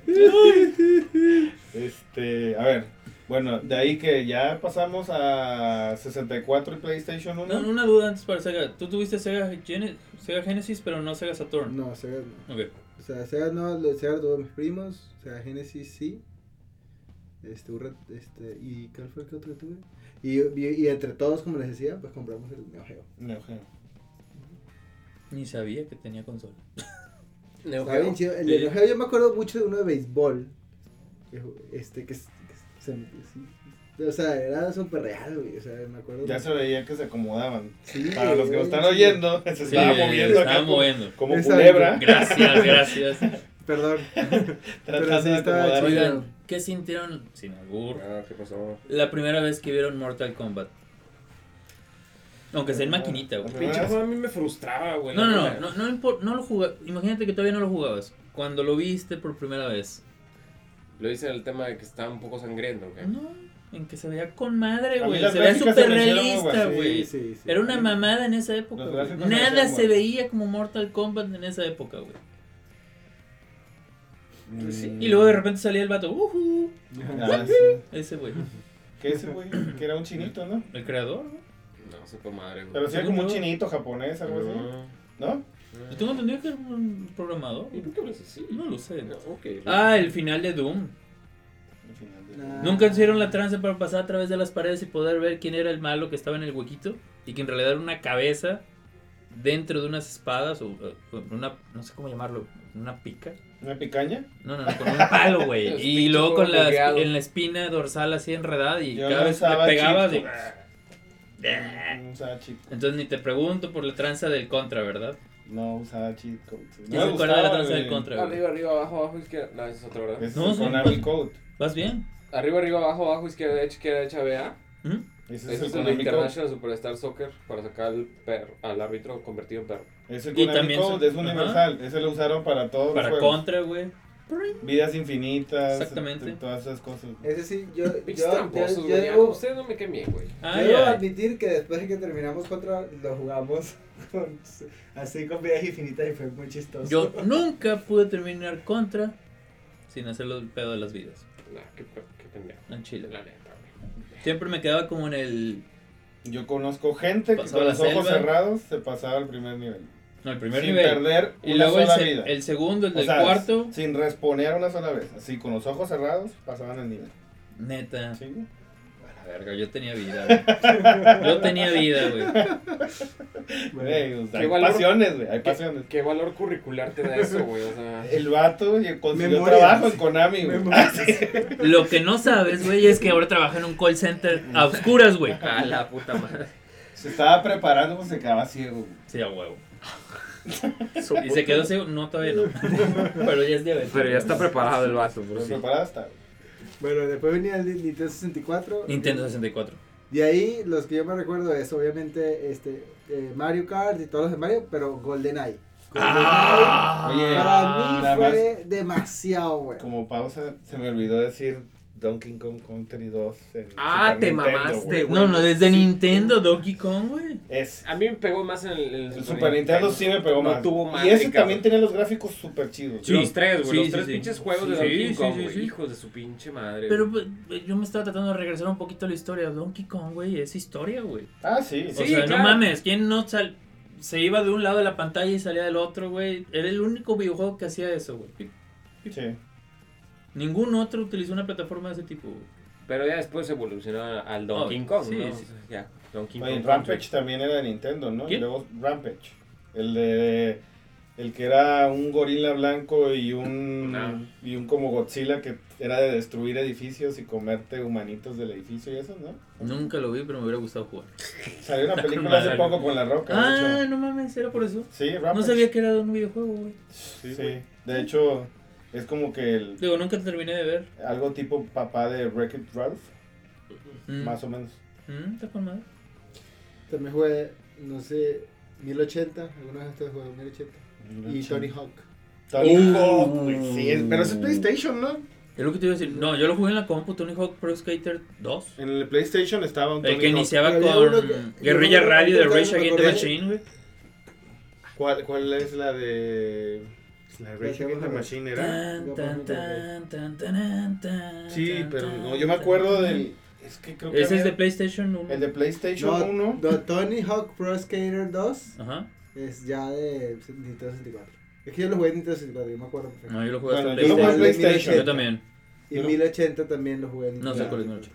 S4: Este, a ver. Bueno, de ahí que ya pasamos a 64 y PlayStation 1.
S6: No, una duda antes para Sega. Tú tuviste Sega, Gene- Sega Genesis, pero no Sega Saturn.
S2: No, Sega no.
S6: Ok.
S2: O sea, Sega no, lo- Sega lo tuvo mis primos. Sega Genesis sí. Este, un rat- este, ¿y cuál fue el que otro tuve? Y, y, y entre todos, como les decía, pues compramos el Neo Geo.
S4: Neo Geo.
S6: Ni sabía que tenía consola.
S5: Neo
S2: Estaba bien
S5: Geo.
S2: chido. El
S6: Sí.
S2: de Neo Geo, yo me acuerdo mucho de uno de béisbol. que- Este, que, es- que se me- sí. O sea, era súper real, güey. O sea, me acuerdo.
S4: Ya se veía que se acomodaban.
S2: Sí,
S4: Para los que nos
S2: güey,
S4: están
S2: sí.
S4: oyendo, se
S6: Sí,
S4: estaba moviendo
S6: estaba
S4: acá como,
S6: moviendo.
S4: como
S2: Exacto.
S4: culebra,
S6: Gracias, gracias.
S2: Perdón.
S4: tratando
S2: sí
S4: de
S2: estaba
S4: acomodar.
S2: chido.
S6: Oigan, ¿qué sintieron? Sin albur.
S5: Ah, ¿qué pasó?
S6: La primera vez que vieron Mortal Kombat. Aunque sea en maquinita, güey.
S4: Ajá.
S5: Pinche juego a mí me frustraba, güey.
S6: No,
S5: la
S6: no,
S5: neta.
S6: no, no, no, impor- no lo jugabas. Imagínate que todavía no lo jugabas. Cuando lo viste por primera vez.
S5: Lo dice el tema de que estaba un poco sangriento, güey.
S6: No, en que se veía con madre,
S4: A mí
S6: güey.
S4: las
S6: Se veía
S4: gráficas
S6: súper
S4: se me hicieron
S6: realista,
S4: aguas,
S6: güey.
S2: sí, sí.
S6: Era una mamada en esa época,
S4: Los
S6: güey.
S4: gráficos no
S6: Nada
S4: hacían,
S6: se
S4: güey.
S6: veía como Mortal Kombat en esa época, güey.
S4: Mm.
S2: Pues
S6: Y luego de repente salía el vato, uhu,
S4: Ah, sí.
S6: ese güey.
S4: Que ese güey, que era un chinito, ¿no?
S6: El creador, güey.
S5: No, sepa madre, güey.
S4: Pero sí era como un chinito japonés, algo así,
S5: No,
S4: ¿no?
S5: no.
S6: Yo tengo entendido que era un programador.
S5: ¿Y por qué hablas así?
S6: No lo sé.
S5: No, ok.
S6: Ah, el final de Doom.
S4: Al final de-
S2: Nah.
S6: ¿Nunca hicieron la trance para pasar a través de las paredes y poder ver quién era el malo que estaba en el huequito? Y que en realidad era una cabeza dentro de unas espadas o eh, con una, no sé cómo llamarlo, una pica.
S4: ¿Una picaña?
S6: No, no, no, con un palo, güey.
S5: Los
S6: y
S5: pinches
S6: luego con la,
S5: bugueados.
S6: en la espina dorsal así enredada y
S4: Yo
S6: cada
S4: no
S6: vez que le
S4: usaba
S6: pegabas.
S4: chip,
S6: y-
S4: No usaba cheat
S6: Entonces ni te pregunto por la tranza del contra, ¿verdad?
S4: No usaba cheat codes. No
S6: ¿Quién
S4: me
S6: se acuerda de la
S4: gustaba,
S6: tranza del
S4: güey.
S6: contra, güey?
S5: Arriba, arriba, abajo, abajo, izquierda. No, esa es otra, ¿verdad?
S4: Es
S6: No,
S4: con
S6: sí.
S4: Konami Code.
S6: ¿Vas bien?
S5: Arriba, arriba, abajo, abajo, izquierda, derecha, izquierda, derecha, vea.
S6: ¿Mm?
S4: Ese es
S5: Ese
S4: el
S5: es el de
S4: Konami Code.
S5: International Superstar Soccer para sacar al, perro, al árbitro convertido en perro.
S4: Es el
S6: Y
S4: Konami
S6: también son-
S4: Code, es
S6: Ajá.
S4: universal. Ese lo usaron para todos
S6: Para
S4: los juegos.
S6: contra, güey.
S4: Vidas infinitas.
S6: Exactamente.
S4: Todas esas cosas. güey.
S2: Ese sí, yo. yo,
S5: Pinches tramposos,
S2: yo- yo
S5: güey. ya,
S2: debo,
S5: Ustedes no me caen bien, güey.
S6: Ah,
S2: yo debo
S6: ya.
S2: admitir que después de que terminamos contra, lo jugamos con- así con vidas infinitas y fue muy chistoso.
S6: Yo nunca pude terminar contra sin hacerlo el pedo de las vidas.
S5: Nah, qué, pe- qué pendejo.
S6: En Chile,
S5: La
S6: güey.
S5: neta, güey.
S6: Siempre me quedaba como en el.
S4: Yo conozco gente que
S6: Pasaba
S4: con
S6: la
S4: los ojos
S6: selva.
S4: cerrados se pasaba al primer nivel.
S6: No, el primer
S4: sin
S6: nivel.
S4: perder
S6: y
S4: una
S6: luego el,
S4: sola
S6: se-
S4: vida.
S6: el segundo, el
S4: O
S6: del
S4: sea,
S6: cuarto.
S4: Sin responear una sola vez. Así, con los ojos cerrados, pasaban el nivel.
S6: Neta.
S4: ¿Sí? güey?
S6: A la verga, yo tenía vida, güey. Yo tenía vida, güey.
S4: Güey, o sea,
S5: ¿Qué
S4: hay
S5: valor?
S4: pasiones, güey. Hay pasiones.
S5: ¿Qué, qué valor curricular te da eso, güey. O sea,
S4: El vato güey, consiguió
S2: Memorias.
S4: trabajo en Konami, güey.
S2: Memorias.
S4: Ah, sí.
S6: Lo que no sabes, güey, es que ahora trabajo en un call center a oscuras, güey.
S5: a la puta madre.
S4: Se estaba preparando pues se quedaba ciego. güey.
S6: Sí, a huevo. Y se quedó ciego. No, todavía no. Pero ya es diabético.
S5: Pero ya está preparado el vaso,
S4: Pero
S6: Pues
S5: por sí.
S4: preparado estaba.
S2: Bueno, después venía el Nintendo 64.
S6: Nintendo 64.
S2: Y Eh, ahí los que yo me recuerdo es obviamente este eh, Mario Kart y todos los de Mario, pero GoldenEye.
S6: Ah,
S4: Oye,
S2: Para mí
S4: nada
S2: fue demasiado, güey.
S4: Como pausa, se me olvidó decir Donkey Kong Country 2. en
S5: Ah,
S4: Super
S5: te
S4: Nintendo,
S5: mamaste,
S4: güey.
S5: güey.
S6: No, no, desde
S5: Sí.
S6: Nintendo, Donkey Kong, güey.
S4: Es.
S5: A mí me pegó más en el, en
S4: El Super Nintendo sí me pegó
S5: no
S4: más.
S5: tuvo más.
S4: y ese también tenía los gráficos súper chidos.
S6: Sí.
S5: Los tres, güey.
S6: Sí,
S5: los
S6: sí,
S5: tres
S6: sí.
S5: pinches juegos de
S6: Sí,
S5: Donkey
S6: sí,
S5: Kong,
S6: sí,
S5: güey.
S6: sí.
S5: Hijos de su pinche madre.
S6: Pero pues, yo me estaba tratando de regresar un poquito a la historia. Donkey Kong, güey, es historia, güey.
S4: Ah, sí.
S6: O
S5: Sí,
S6: sea,
S5: claro.
S6: no mames, ¿quién no sal- se iba de un lado de la pantalla y salía del otro, güey? Era el único videojuego que hacía eso, güey.
S4: Sí.
S6: Ningún otro utilizó una plataforma de ese tipo, güey.
S5: Pero ya después evolucionó al Donkey
S6: Oh,
S5: Kong,
S6: sí,
S5: ¿no?
S6: sí.
S5: O sea, ya, Donkey
S4: Oye,
S5: Kong.
S4: Rampage también era de Nintendo, ¿no? Y
S6: ¿Quién?
S4: luego Rampage. El de. El que era un gorila blanco y un.
S5: Ah.
S4: Y un como Godzilla que era de destruir edificios y comerte humanitos del edificio y eso, ¿no?
S6: Nunca lo vi, pero me hubiera gustado jugar.
S4: Salió una
S6: Está
S4: película
S6: con
S4: hace
S6: madre.
S4: poco con La Roca, de
S6: Ah,
S4: hecho. Ah, pues.
S6: no mames, era por eso.
S4: Sí, Rampage.
S6: No sabía que era de un videojuego, güey.
S4: Sí, de hecho, es como que el,
S6: Digo, nunca terminé de ver.
S4: algo tipo papá de wreck Ralph,
S6: Mm.
S4: más o menos.
S6: Mm, Está con madre.
S2: También jugué, no sé, 1080. Alguna vez ustedes jugaron 1080. Y Tony Hawk.
S4: Tony
S6: Uh.
S4: Hawk, güey, sí, es- pero es PlayStation, ¿no?
S6: Es lo que te iba a decir. No, yo lo jugué en la compu Tony Hawk Pro Skater 2.
S4: En el PlayStation estaba un
S6: El que
S4: Tony Hawk.
S6: iniciaba
S2: Pero había uno
S6: con
S2: que-
S6: Guerrilla
S2: yo-
S6: Rally
S2: yo-
S6: de
S2: yo-
S6: Rage
S2: yo-
S6: Against the
S2: yo-
S6: Machine, güey.
S4: ¿Cuál, ¿Cuál es la de. La de Rage
S2: La que
S4: Against the
S2: vamos a
S4: Machine era?
S6: Tan, tan, tan, tan, tan, tan,
S4: Sí,
S6: tan,
S4: pero
S6: tan,
S4: no, yo me acuerdo
S6: tan,
S4: del. Es que creo que.
S6: Ese es de
S4: había-
S6: PlayStation 1.
S4: El de PlayStation
S2: No,
S4: 1.
S2: no, Tony Hawk Pro Skater 2
S6: Ajá.
S2: es ya de Nintendo 64. Es que yo lo jugué en Nintendo 64, yo me acuerdo perfecto.
S6: No, yo lo jugué hasta
S4: Bueno, yo lo jugué en
S6: PlayStation.
S4: PlayStation.
S6: Yo también.
S2: y
S4: Ah, yo no-
S2: 1080 también lo jugué en
S6: No sé cuál es mi
S2: noche.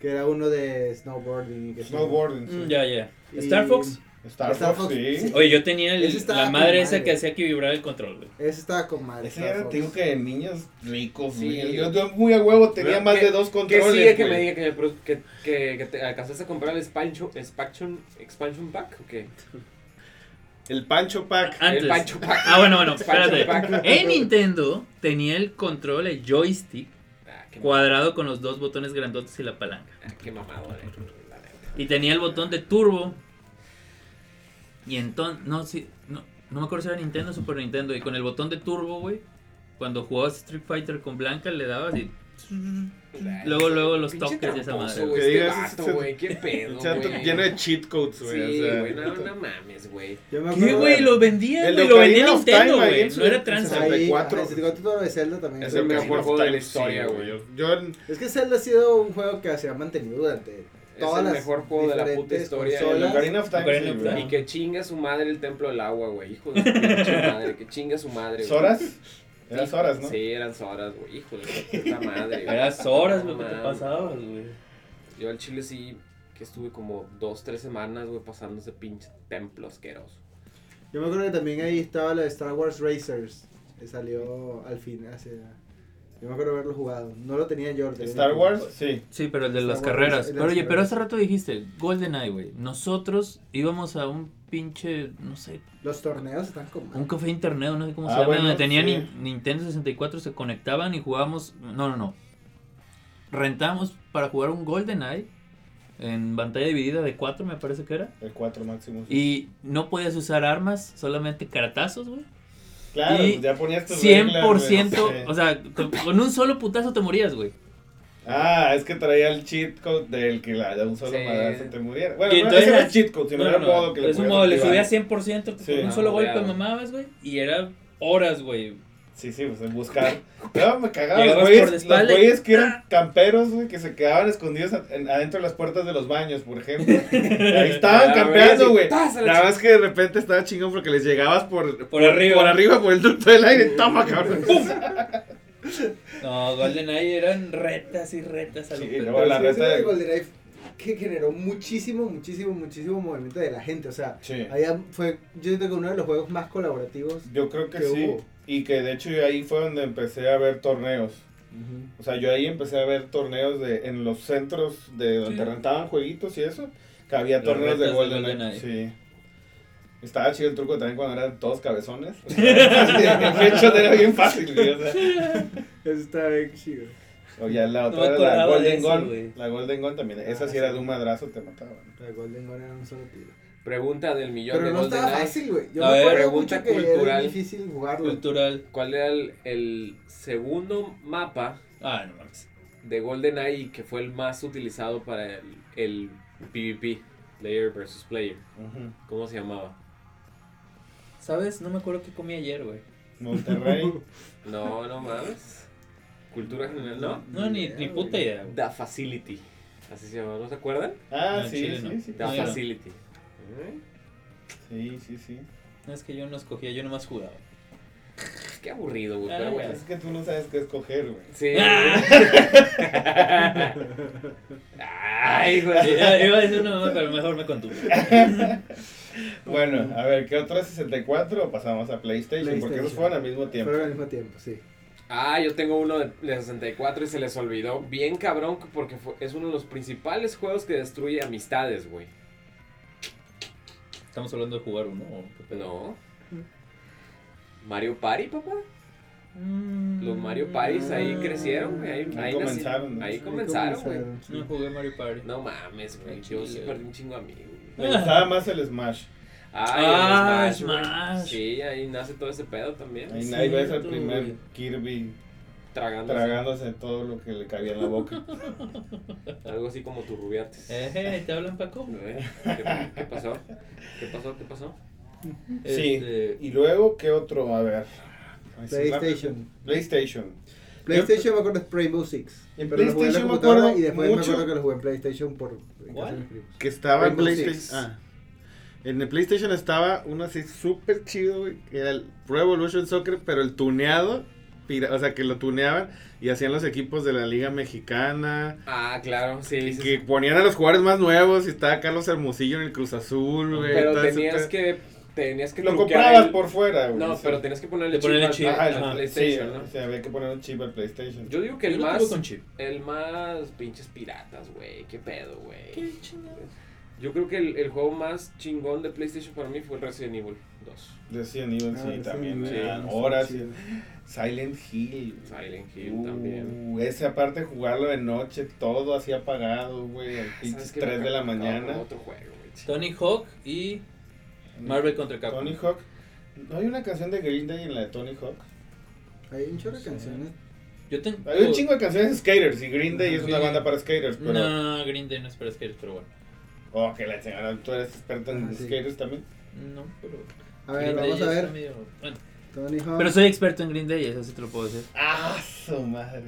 S2: Que era uno de snowboarding. y que-
S4: Snowboarding. sí.
S6: Mm, Ya, ya.
S2: Y-
S6: Star Fox.
S4: Star,
S2: Star
S4: Fox,
S2: Fox,
S4: sí.
S2: sí.
S6: Oye, yo tenía el-
S2: Ese estaba
S6: la
S2: con
S6: madre esa
S2: madre.
S6: que hacía que vibrara el control, güey.
S2: Ese estaba con madre.
S4: Ese
S2: Star
S4: era,
S2: Fox.
S4: te digo que de niños ricos,
S5: Sí.
S4: sí. Yo, yo muy a huevo tenía
S5: Pero
S4: más
S5: que-
S4: de este- dos
S5: Que
S4: controles.
S5: sí, es que me
S4: güey.
S5: diga que, me pro- que, que, que te alcanzaste a comprar el expansion, expansion, expansion pack. ¿o qué?
S4: El Pancho Pack.
S6: Antes.
S5: El Pancho Pack.
S6: Ah, bueno, bueno,
S5: Expansion
S6: espérate. ¿Eh?
S5: pack.
S6: En Nintendo tenía el control, el joystick,
S5: Ah, qué, ma-
S6: cuadrado con los dos botones grandotes y la palanca.
S5: ah, qué mamado, eh, la neta.
S6: Y tenía el botón de turbo. Y entonces, no, sí, no, no me acuerdo si era Nintendo o Super Nintendo. Y con el botón de turbo, güey, cuando jugabas Street Fighter con Blanca, le dabas y... Mm. Luego, luego los
S5: Pinche
S6: toques de esa
S5: tramposo,
S6: madre.
S5: güey,
S4: Que
S5: Este
S4: digas,
S5: vato,
S4: se-
S5: güey, qué
S4: O
S5: pedo,
S4: sea,
S5: güey.
S4: lleno de cheat codes, güey.
S5: Sí,
S4: o sea,
S5: güey, no, no mames, güey.
S2: Yo me
S6: ¿Qué,
S2: acuerdo
S6: güey? Lo vendían,
S4: El
S6: güey.
S4: de
S6: Lo vendía
S4: Ocarina of Time,
S6: Nintendo, güey.
S4: ahí,
S6: No era
S4: sí,
S6: tranza,
S4: sí,
S6: güey.
S4: sí.
S2: Ahí,
S4: 64.
S2: ajá, el 64 todo lo de Zelda también.
S4: Es
S2: Yo
S4: el
S2: me
S4: mejor
S2: acuerdo.
S4: juego de la historia,
S5: sí,
S4: güey.
S5: güey.
S4: Yo- Yo
S2: Es que Zelda ha sido un juego que se ha mantenido durante
S5: Es
S2: todas
S5: el
S2: las
S5: mejor juego de la puta
S2: diferentes
S5: historia.
S4: El
S2: consolas.
S4: Ocarina of Time.
S6: Ocarina
S4: sí,
S6: of
S4: güey.
S6: Time.
S5: Y que chinga su madre el templo del agua, güey. Hijo de su pinche madre, que chinga su madre, güey.
S4: ¿Soras? Eras horas, ¿no?
S5: Sí, eran Soras, güey. Hijo de su puta madre, güey.
S6: Eras horas,
S5: No
S6: güey, que te
S5: mames.
S6: pasabas, güey.
S5: Yo al chile sí que estuve como dos, tres semanas, güey, pasando ese pinche templo asqueroso.
S2: Yo me acuerdo que también ahí estaba la de Star Wars Racers. Que salió al fin hace. Yo me acuerdo haberlo jugado. No lo tenía yo. lo tenía
S4: Star
S2: mi
S4: Wars,
S2: primo.
S4: sí.
S6: Sí, pero el de
S2: Está
S6: las
S2: bueno, el
S6: carreras.
S2: de
S6: Pero
S2: las
S6: oye, pero
S2: carreras.
S6: hace rato dijiste GoldenEye, güey. Nosotros íbamos a un pinche, no sé,
S2: Los torneos están como.
S6: un café internet, no sé cómo
S4: Ah,
S6: se llama,
S4: bueno,
S6: donde tenían
S4: sí.
S6: Nin- Nintendo 64, se conectaban y jugábamos. No, no, no. Rentamos para jugar un GoldenEye en pantalla dividida de 4, me parece que era.
S4: El 4 máximo. sí.
S6: Y no podías usar armas, solamente caratazos, güey.
S4: claro,
S6: y
S4: pues ya ponías tus reglas,
S6: 100%, o
S4: güey, sí.
S6: sea, con, con un solo putazo te morías, güey.
S4: Ah, es que traía el cheat code del que la, de un solo
S5: Sí.
S4: madrazo te muriera. Bueno,
S6: Y
S4: no,
S6: entonces
S4: ese era
S6: las-
S4: el cheat code, sino
S6: No,
S4: era
S6: no,
S4: un
S6: no,
S4: modo que le
S6: es un
S4: podías
S6: modo, le
S4: activar.
S6: subías 100%,
S4: Sí.
S6: con un solo
S5: Ah,
S6: golpe
S5: madreado.
S6: mamabas, güey, y era horas, güey.
S4: Sí, sí, pues en buscar. No, me cagaba. Los
S6: Llegabas
S4: güeyes,
S6: por la
S4: los
S6: espalda y-
S4: güeyes que eran camperos, güey, que se quedaban escondidos a- en- adentro de las puertas de los baños, por ejemplo. Ahí estaban
S5: Ah,
S4: campeando,
S5: güey,
S4: güey.
S5: así, ¡tas! a la
S4: Nada más que de repente estaba chingón porque les llegabas por,
S6: Por arriba.
S4: por arriba, por el ducto del aire. Toma, cabrón.
S6: No, GoldenEye eran retas y retas a lo
S4: Sí,
S6: pendejo.
S4: luego la
S2: Pero sí, ese
S4: reta de-
S2: de GoldenEye que generó muchísimo, muchísimo, muchísimo movimiento de la gente. O sea,
S4: Sí.
S2: allá fue, yo siento que uno de los juegos más colaborativos.
S4: Yo creo que
S2: que
S4: sí.
S2: hubo.
S4: Y que de hecho yo ahí fue donde empecé a ver torneos. O sea, yo ahí empecé a ver torneos de, en los centros de donde
S6: Sí.
S4: rentaban jueguitos y eso. Que había
S6: Las
S4: torneos de
S6: retas de
S4: Golden
S6: GoldenEye.
S4: Sí. Estaba chido el truco también cuando eran todos cabezones. el headshot era bien fácil, güey. O, sea.
S2: Eso está bien chido.
S4: O ya la
S6: No
S4: otra
S6: me
S4: era la
S6: acordaba de
S4: Golden
S6: eso,
S4: Gun.
S6: güey.
S4: La Golden Gun también. Esa
S2: Ah,
S4: sí era
S2: sí.
S4: de un madrazo, te mataban.
S2: La Golden Gun era un solo tiro.
S5: Pregunta del millón
S2: Pero
S5: de
S2: no estaba
S5: GoldenEye.
S2: fácil, güey. Yo
S6: A
S2: me
S6: ver,
S2: acuerdo
S5: pregunta
S2: mucho que era
S5: cultural.
S2: difícil jugarlo.
S6: Cultural.
S5: ¿Cuál era el, el segundo mapa
S6: Ah, no mames.
S5: de GoldenEye y que fue el más utilizado para el, el PvP, Player versus Player.
S4: Ujú.
S5: ¿Cómo se llamaba?
S6: ¿Sabes? No me acuerdo qué comí ayer, güey.
S4: Monterrey.
S5: No, no mames. Cultura general, ¿no?
S6: No, ni, ni puta idea, güey.
S5: The Facility. Así se llamaba, ¿no se acuerdan?
S4: Ah,
S6: No, en
S4: sí,
S6: Chile
S4: sí,
S6: no.
S4: sí,
S5: The
S6: No, yo no.
S5: Facility. ¿Eh?
S4: sí, sí, sí.
S6: No, es que yo no escogía, yo nomás jugaba.
S5: Qué aburrido, güey. Pero
S6: Ah,
S5: bueno.
S4: Es que tú no sabes qué escoger, güey.
S5: Sí. Ay, güey.
S6: Eh, Iba iba a decir una mamá, pero mejor me contuve.
S4: Bueno, a ver, ¿qué otra 64 o pasamos a PlayStation? Porque
S2: PlayStation.
S4: esos fueron al mismo tiempo.
S2: Fueron al mismo tiempo, sí.
S5: Ah, yo tengo uno de, de 64 y se les olvidó. Bien cabrón, porque fue- es uno de los principales juegos que destruye amistades, güey.
S6: Estamos hablando de jugar uno. ¿o qué pedo?
S5: No. Mario Party, papá.
S6: Mm, Ah.
S5: Los Mario Parties ahí crecieron, güey. Ahí,
S4: Mm. Ahí
S5: ahí nací-
S4: comenzaron, ¿no?
S5: Ahí
S4: Ahí
S5: comenzaron, güey.
S2: sí.
S6: No jugué Mario Party.
S5: No mames, güey. Yo sí perdí un chingo de amigos, güey.
S4: Me gustaba más el Smash.
S5: Ay,
S6: Ah,
S5: el Smash. güey.
S6: Smash.
S5: Sí, ahí nace todo ese pedo también.
S4: Ahí
S6: Sí,
S4: nadie ves al
S6: tú,
S4: primer
S6: güey.
S4: Kirby
S5: Tragando.
S4: tragándose todo lo que le cabía en la boca.
S5: Algo así como turrubiates.
S6: Eh, eh, ¿te hablan Paco?
S5: ¿Eh? ¿Qué, qué pasó? ¿Qué pasó? ¿Qué pasó?
S4: Sí.
S6: Este,
S4: Y luego, ¿qué otro? A ver.
S2: PlayStation.
S4: PlayStation.
S2: PlayStation me acuerdo es Rainbow Six.
S4: En
S2: Pero lo jugué en la
S4: PlayStation me
S2: computadora
S4: acuerdo
S2: y después me
S4: mucho-
S2: acuerdo que lo jugué en PlayStation por en
S6: ¿Cuál?
S2: casa de mis primos.
S4: Que estaba en
S2: Rainbow Six.
S4: PlayStation. Ah. En el PlayStation estaba uno así súper chido, güey, que era el Pro Evolution Soccer, pero el tuneado, pira- o sea, que lo tuneaban y hacían los equipos de la Liga Mexicana,
S5: Ah, claro, sí.
S4: y
S5: sí,
S4: que
S5: sí.
S4: ponían a los jugadores más nuevos, y estaba Carlos Hermosillo en el Cruz Azul, güey.
S5: Pero
S4: todo ese
S5: tenías
S4: pedo.
S5: que. Tenías que
S4: Lo
S5: truquear
S4: comprabas
S5: el-
S4: por fuera, güey.
S5: No,
S4: sí.
S5: pero tenías que ponerle
S6: De ponerle
S5: chip al-
S6: chip,
S4: Ajá,
S5: al,
S4: el
S6: ajá.
S4: chip,
S5: PlayStation,
S4: sí,
S5: ¿no?
S4: o sea, había que poner un chip al PlayStation.
S5: Yo digo que
S6: yo
S5: el
S6: lo tuve
S5: más.
S6: con chip.
S5: El más pinches piratas, güey. ¿Qué pedo, güey? Yo creo que el, el juego más chingón de PlayStation para mí fue el Resident Evil 2.
S4: Resident Evil, sí,
S2: Ah,
S4: también.
S2: sí,
S4: eran
S2: sí,
S4: horas.
S2: sí.
S4: Silent Hill.
S5: Silent Hill también.
S4: Uh, Ese aparte jugarlo de noche, todo así apagado, güey, al pinches
S5: ¿Sabes qué?
S4: 3 de la
S5: Me acabo
S4: mañana.
S5: Otro juego, güey. chido.
S6: Tony Hawk y Marvel contra Capcom.
S4: Tony Hawk. ¿No hay una canción de Green Day en la de Tony Hawk?
S2: Hay un chorro de canciones.
S6: Yo tengo.
S4: Hay
S5: Pues,
S4: un chingo de canciones de skaters y Green Day es una
S6: Sí.
S4: banda para skaters, pero...
S6: No, Green Day no es para skaters, pero bueno.
S4: Oh, que la chingada, tú eres experto en
S2: Ah, sí.
S4: skaters también.
S6: No, pero.
S2: A ver,
S6: Green Day
S2: vamos a
S6: ya está
S2: ver.
S6: medio- bueno.
S2: Tony Hawk.
S6: Pero soy experto en Green Day, eso sí te lo puedo decir.
S4: ¡Ah, su madre!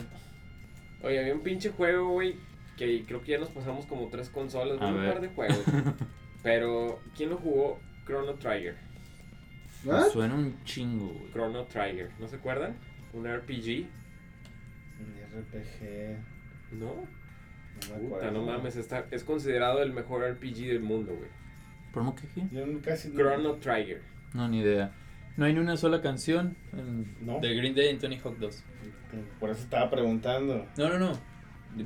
S5: Oye, había un pinche juego, güey, que creo que ya nos pasamos como tres consolas,
S1: A
S5: güey, un
S1: ver.
S5: par de juegos. Pero, ¿quién lo jugó? Chrono Trigger.
S2: ¿Ah?
S1: Suena un chingo, güey.
S5: Chrono Trigger, ¿no se acuerdan? Un RPG,
S4: Un RPG...
S5: ¿no?
S4: No me
S5: Puta,
S4: acuerdo.
S5: no mames, está, es considerado el mejor RPG del mundo, güey.
S1: ¿Por qué qué?
S4: Yo casi... no-
S5: Chrono Trigger.
S1: No, ni idea. No hay ni una sola canción en-
S4: No.
S6: De Green Day en Tony Hawk 2.
S4: Por eso estaba preguntando.
S6: No, no, no.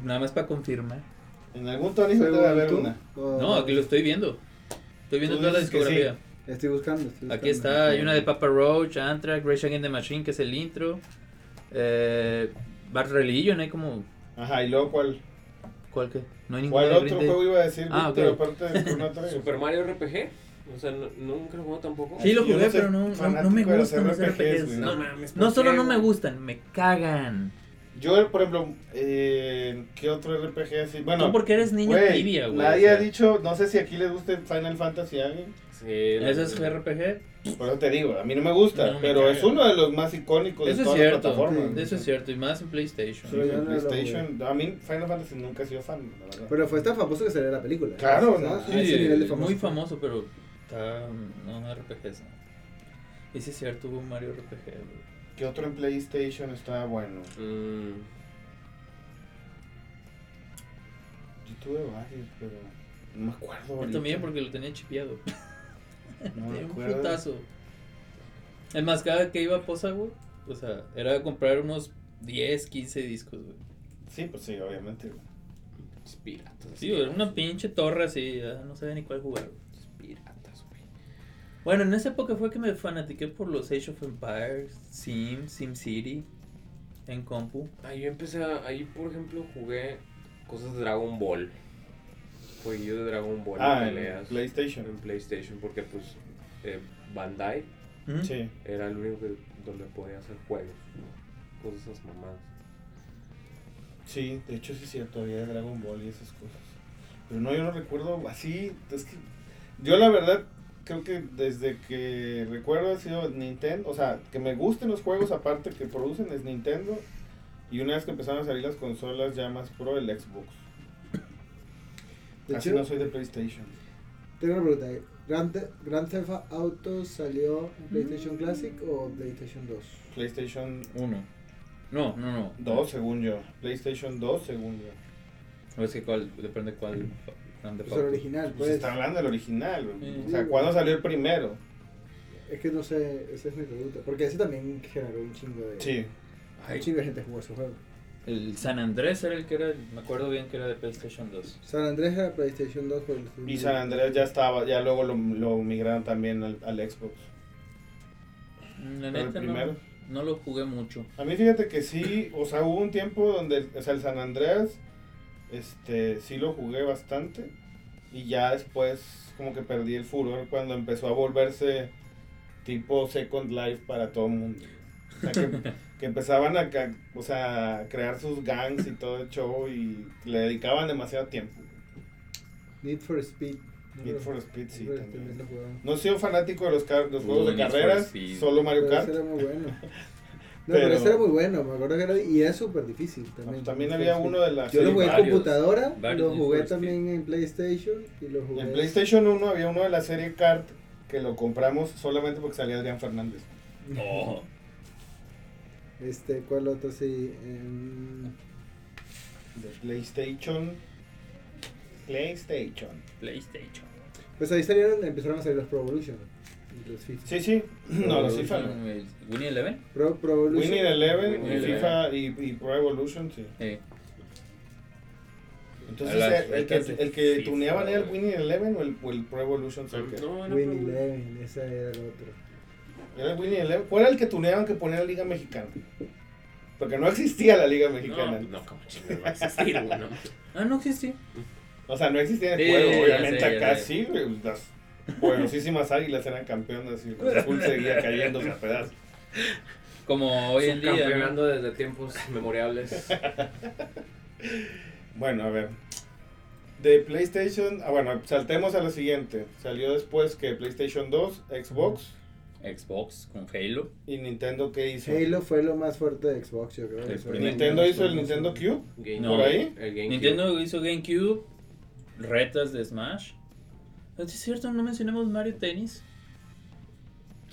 S6: Nada más para confirmar.
S4: En algún Tony Hawk debe haber una.
S6: No, aquí lo estoy viendo. Estoy viendo
S4: Oh. Tú
S6: toda la
S4: dices que sí.
S6: discografía.
S2: Estoy buscando. estoy
S6: Aquí
S2: buscando.
S6: está, hay una de Papa Roach, Anthrax, Rage Against the Machine, que es el intro. Eh, Bad Religion, hay como.
S4: Ajá, y luego cuál...
S6: ¿Cuál que? No hay ninguna
S4: ¿Cuál
S6: de
S4: otro
S6: Green Day.
S4: juego iba a decir,
S6: Ah,
S4: Víctor,
S6: ok.
S4: aparte de Chrono Trigger?
S5: Super Mario RPG. O sea, no- nunca lo jugó tampoco.
S6: Sí, lo
S4: Yo
S6: jugué,
S4: soy
S6: pero no- no- no me
S4: fanático de los
S6: gustan los RPGs,
S4: güey.
S5: No mames. ¿por
S6: No solo
S5: qué,
S6: no me
S5: güey?
S6: gustan, me cagan.
S4: Yo, por ejemplo, eh, ¿qué otro RPG así? Bueno,
S6: Tú porque eres niño
S4: güey,
S6: tibia, güey.
S4: nadie
S6: o sea.
S4: ha dicho, no sé si aquí les gusta Final Fantasy a alguien.
S5: Sí, la-
S6: ¿Eso es RPG?
S4: Por eso te digo, a mí no me gusta,
S6: No, me
S4: pero
S6: caga.
S4: es uno de los más icónicos de
S6: Eso es
S4: todas las
S6: cierto.
S4: plataformas.
S6: Eso es cierto, y más en PlayStation.
S4: Sí, güey,
S2: Pero yo no lo
S4: PlayStation, a mí Final Fantasy nunca he sido fan, la verdad.
S2: Pero fue tan famoso que salió la película.
S4: Claro,
S2: O sea,
S4: ¿no?
S2: a
S6: Sí,
S2: ese nivel de
S6: muy famoso, pero está. No, no RPGs, no. Y sí es cierto, hubo un Mario RPG, güey.
S4: ¿Qué otro en PlayStation estaba bueno?
S5: Mm,
S4: Yo tuve varios, pero no me acuerdo
S6: Yo
S4: ahorita.
S6: también, porque lo tenía chipeado.
S4: no me
S6: Tenía un
S4: acuerdo.
S6: putazo. Es más, cada que iba a Posa, güey, o sea, era comprar unos 10, 15 discos, güey.
S4: Sí, pues sí, obviamente. güey.
S5: pinches piratas.
S6: Sí, güey, era una pinche torre así, ya no sabía ni cuál jugar. güey.
S5: Pinches Piratas, güey.
S6: Bueno, en esa época fue que me fanatiqué por los Age of Empires, Sim, Sim City, en compu.
S5: Ahí yo empecé a, ahí por ejemplo jugué cosas de Dragon Ball. Jueguillo de Dragon Ball
S4: Ah,
S5: de
S4: en
S5: peleas
S4: PlayStation.
S5: en PlayStation porque pues eh, Bandai
S6: ¿Mm?
S4: Sí.
S5: era el único que- donde podía hacer juegos, ¿no? cosas esas mamadas.
S4: Sí, de hecho sí es cierto, había Dragon Ball y esas cosas. Pero no, yo no recuerdo así, es que yo la verdad creo que desde que recuerdo ha sido Nintendo, o sea, que me gusten los juegos aparte que producen es Nintendo y una vez que empezaron a salir las consolas ya más pro el Xbox.
S2: De
S4: Así
S2: hecho,
S4: no soy de PlayStation.
S2: tengo una pregunta. ¿Grand, The- Grand Theft Auto salió en PlayStation Classic o PlayStation 2?
S4: PlayStation
S6: Uno. No, no, no.
S4: 2 según yo. PlayStation 2 según yo.
S6: No es que cuál, depende cuál. Grand Theft
S2: Pues el
S6: Auto.
S2: original,
S4: Pues,
S2: pues.
S4: se está hablando del original, güey.
S6: Sí.
S4: O sea, ¿cuándo salió el primero?
S2: Es que no sé, esa es mi pregunta. Porque ese también generó un chingo de.
S4: Sí.
S2: Un chingo de gente jugó ese juego.
S6: El San Andrés era el que era, me acuerdo bien que era de PlayStation 2.
S2: San Andrés era PlayStation 2 por el
S4: Y San Andrés ya estaba, ya luego lo, lo migraron también al, al Xbox.
S6: La
S4: Pero el
S6: neta no,
S4: primero.
S6: no lo jugué mucho.
S4: A mí fíjate que sí, o sea, hubo un tiempo donde, o sea, el San Andrés, este, sí lo jugué bastante. Y ya después como que perdí el furor cuando empezó a volverse tipo Second Life para todo el mundo. O sea, que, que empezaban a, ca- o sea, crear sus gangs y todo el show y le dedicaban demasiado tiempo.
S2: Need for Speed.
S4: Need for Speed, sí,
S2: Need for Speed también lo
S4: también.
S2: jugaba.
S4: No soy un fanático de los, car- los
S5: Uh,
S4: juegos de
S5: Need for
S4: carreras,
S5: Speed.
S4: solo Mario
S2: Pero
S4: Kart.
S2: ese era muy bueno. No, pero,
S4: Pero-
S2: ese era muy bueno, me acuerdo que era. Y era súper difícil
S4: Ah,
S2: también.
S4: También
S2: Need
S4: había
S2: for Speed.
S4: uno de la
S2: Yo lo
S4: serie
S2: jugué en
S4: Mario.
S2: computadora,
S6: varios
S2: lo
S6: Need
S2: jugué
S6: for Speed.
S2: también en PlayStation y lo jugué.
S4: En PlayStation 1 había uno de la serie Kart que lo compramos solamente porque salía Adrián Fernández.
S6: Oh,
S2: Este, ¿cuál otro? Sí. em,
S4: De PlayStation. PlayStation.
S6: PlayStation.
S2: pues ahí salieron, empezaron a salir los Pro Evolution. y Los FIFA.
S4: Sí, sí. No, los FIFA. no.
S6: ¿Winnie Eleven?
S2: Pro, Pro Evolution.
S4: Winning Eleven y
S5: Winning
S4: FIFA y, y Pro Evolution, sí.
S6: Eh,
S4: Entonces,
S5: A las
S4: el, el que,
S5: retas de
S4: el que
S5: FIFA,
S4: tuneaban era el
S5: güey.
S4: Winning Eleven o el, o el Pro Evolution Soccer.
S5: No, no,
S2: Winnie
S5: no.
S2: Eleven, ese era el otro.
S4: Era el Winning Eleven. ¿Cuál era el que tuneaban que ponía la Liga Mexicana? Porque no existía la Liga Mexicana.
S5: No, pues no, como chingados va a existir, güey, no.
S6: ah, no existía.
S4: O sea, no existía el
S6: Sí,
S4: juego,
S6: ya
S4: obviamente
S6: sé, ya
S4: acá
S6: sé.
S4: sí, güey, las poderosísimas águilas eran campeonas y Cruz Azul seguía cayéndose a pedazos.
S6: Como hoy en día. ¿no?
S5: Subcampeonando desde tiempos memorables.
S4: Bueno, a ver. De PlayStation, ah, bueno, saltemos a lo siguiente. Salió después que PlayStation 2, Xbox
S6: Xbox con Halo.
S4: y Nintendo ¿qué hizo?
S2: Halo fue lo más fuerte de Xbox, yo creo.
S6: El
S2: Eso
S6: primero.
S4: Nintendo
S2: era-
S4: hizo el Nintendo Cube.
S5: Game-
S6: No.
S4: ¿Por ahí?
S5: El GameCube.
S6: Nintendo hizo GameCube, retas de Smash. No, Es cierto, no mencionamos Mario Tennis.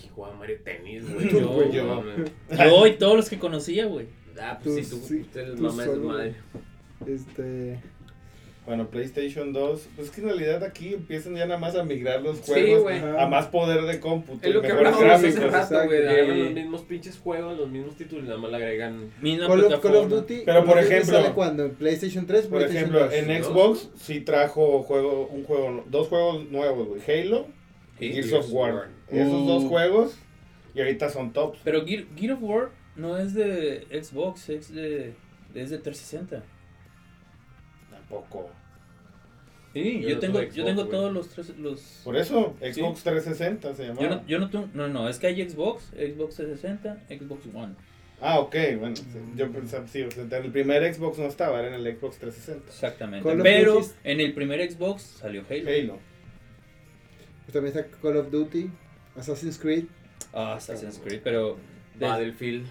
S5: Que jugaba Mario Tennis, güey.
S2: Tú,
S5: Yo,
S2: güey,
S4: yo.
S5: mames.
S6: Yo y todos los que conocía, güey.
S5: Ah,
S2: Tú
S5: pues sí, tú,
S2: sí,
S5: usted es
S2: tú
S5: mamá de su
S2: solo,
S5: madre.
S2: Este.
S4: Bueno, PlayStation 2, pues es que en realidad aquí empiezan ya nada más a migrar los
S5: Sí,
S4: juegos
S5: güey.
S2: Ajá.
S4: a más poder de cómputo
S5: Es
S4: y
S5: lo que
S4: mejores
S5: hablamos hace
S4: gráficos.
S5: rato, güey.
S2: exacto.
S5: de agarran
S6: Eh.
S5: los mismos pinches juegos, los mismos títulos, nada más le agregan.
S6: Misma
S2: Call of, Call
S6: plataforma.
S2: of Duty.
S4: Pero,
S2: Call
S4: por
S2: of Duty
S4: ejemplo-
S2: ¿Sale cuándo? ¿En PlayStation 3?
S4: Por
S2: PlayStation
S4: ejemplo,
S2: 2?
S4: en Xbox sí trajo juego, un juego, dos juegos nuevos, güey. Halo y Gears of War. Esos
S6: Uh.
S4: dos juegos y ahorita son tops.
S6: Pero Gear, Gear of War no es de Xbox, es de, es de 360.
S4: Tampoco.
S6: Sí,
S5: Yo
S6: yo,
S5: no
S6: tengo,
S5: tuve
S6: yo
S5: Xbox,
S6: tengo
S5: güey.
S6: todos los tres. Los,
S4: Por eso Xbox 360 se llamaba.
S6: yo no, yo no tengo- No, no, es que hay Xbox, Xbox 360, Xbox One.
S4: Ah, ok, bueno. sí, Yo pensaba, sí, o sea, el primer Xbox no estaba, era en el Xbox 360.
S6: Exactamente.
S2: Call of
S6: Pero
S2: Duty.
S6: en el primer Xbox salió Halo.
S4: Halo.
S2: Pues también está Call of Duty. Assassin's Creed.
S6: Ah, Assassin's Creed, pero. de-
S5: Battlefield.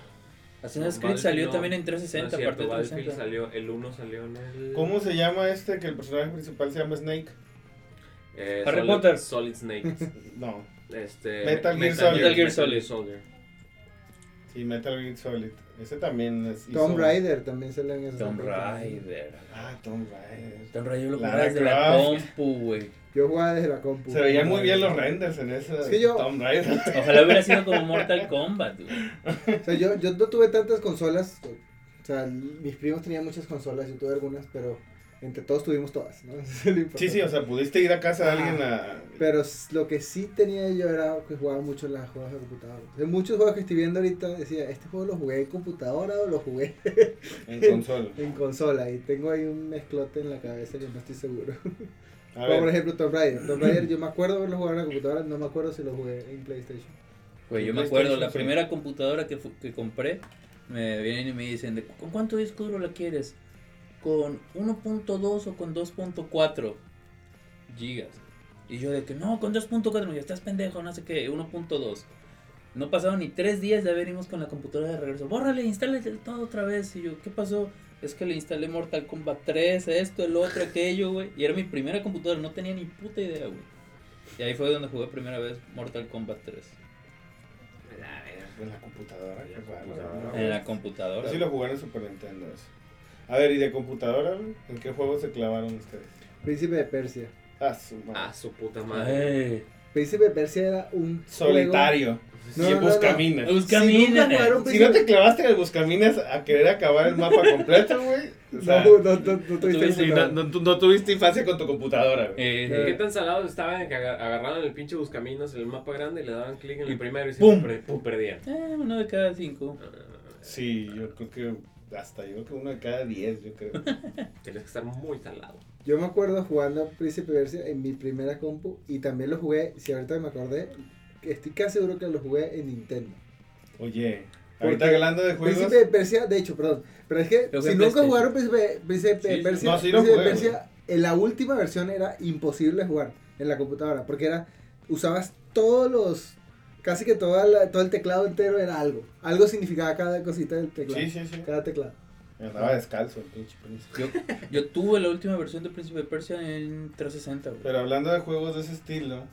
S6: Assassin's
S5: No,
S6: Creed
S5: Battlefield
S6: salió
S5: no.
S6: también en
S5: No
S6: 360,
S5: es cierto,
S6: aparte de
S5: Battlefield
S6: 360.
S5: salió, el 1 salió en el.
S4: ¿Cómo se llama este que el personaje principal se llama Snake?
S5: Eh,
S6: Harry
S5: Solid-
S6: Potter.
S5: Solid Snake.
S4: No.
S5: Este,
S4: Metal Gear
S5: Solid.
S4: Solid.
S6: Metal Gear Solid.
S4: Sí, Metal Gear Solid. Ese también es. hizo-
S2: Tomb Raider también sale en esa.
S6: Tomb
S2: época.
S6: Raider.
S4: Ah, Tomb Raider.
S6: Tomb Raider lo
S4: Lara
S6: comprabas de la
S4: Croft.
S6: compu, güey.
S2: Yo jugaba desde la compu.
S4: Se veían muy bien los renders en ese
S2: Es que yo-
S4: Tomb Raider.
S6: Ojalá hubiera sido como Mortal Kombat, güey.
S2: O sea, yo, yo no tuve tantas consolas. O sea, mis primos tenían muchas consolas, yo tuve algunas, pero entre todos tuvimos todas, ¿no? Eso es lo
S4: Sí, sí, o sea, pudiste ir a casa
S2: Ah,
S4: de alguien a.
S2: Pero s- lo que sí tenía yo era que jugaba mucho las juegos de computadora. De muchos juegos que estoy viendo ahorita decía, este juego lo jugué en computadora o lo jugué
S4: En consola.
S2: en consola. Y tengo ahí un mezclote en la cabeza que no estoy seguro. Como
S4: A
S2: por
S4: ver,
S2: ejemplo Tomb Raider. Tomb Raider yo me acuerdo haberlo jugado en la computadora, no me acuerdo si lo jugué en PlayStation.
S6: Güey, yo me
S4: PlayStation,
S6: acuerdo, la
S4: sí.
S6: primera computadora que, fu- que compré, me vienen y me dicen, de, "¿Cu- ¿con cuánto disco duro la quieres? con 1.2 o con 2.4 gigas. Y yo de que no, con 2.4, me dijo, estás pendejo, no sé qué, 1.2. No pasaron ni tres días, ya venimos con la computadora de regreso. Bórrale, instálale todo otra vez. Y yo, ¿qué pasó? Es que le instalé Mortal Kombat 3, esto, el otro, aquello, güey. Y era mi primera computadora, no tenía ni puta idea, güey. Y ahí fue donde jugué primera vez Mortal Kombat 3.
S5: La verga.
S4: En la computadora. qué
S5: computadora.
S4: raro.
S6: En la computadora.
S4: Yo sí lo jugué en el Super Nintendo. eso. A ver, ¿y de computadora? güey? ¿En qué juego se clavaron ustedes?
S2: Príncipe de Persia.
S4: Ah, su madre.
S5: Ah, su puta madre.
S2: Eh,
S6: Ay,
S2: Príncipe de Persia era un.
S4: Solitario.
S2: No,
S4: y
S2: no,
S4: en
S2: no,
S4: Buscaminas.
S6: busca
S2: juego- Si nunca
S6: mina.
S2: jugaron
S4: Si no
S2: Príncipe-
S4: te clavaste en el Buscaminas a querer acabar el mapa completo, güey. o sea,
S2: No, no, no, no tuviste
S4: sí, no, no- tú no tuviste infancia con tu computadora, güey.
S6: Eh,
S5: ¿Qué tan salados estaban en que aga- agarraban el pinche buscaminos en el mapa grande y le daban clic en el primero y
S6: ¡pum!
S5: se pre- pum, perdían?
S6: eh, uno de cada cinco.
S4: Sí, yo creo que hasta yo creo que uno de cada diez, yo creo.
S5: Tienes que estar muy salado.
S2: Yo me acuerdo jugando Príncipe de Persia en mi primera compu y también lo jugué, si ahorita me acordé, que estoy casi seguro que lo jugué en Nintendo.
S4: Oye,
S2: Porque
S4: ahorita hablando de juegos.
S2: Príncipe de Persia, de hecho, perdón, pero es que
S6: Lo
S2: si
S6: que
S2: nunca
S6: empezaste.
S2: jugaron Príncipe, Príncipe de
S4: Sí,
S2: Persia,
S4: no, sí lo
S2: Príncipe de
S4: jugué,
S2: Persia, en la última versión era imposible jugar en la computadora, porque era, usabas todos los, casi que toda la- todo el teclado entero era algo, algo significaba cada cosita del teclado,
S4: Sí, sí, sí.
S2: cada teclado.
S4: Me andaba descalzo el pinche príncipe.
S6: Yo, yo tuve la última versión de Príncipe de Persia en 360, güey.
S4: Pero hablando de juegos de ese estilo,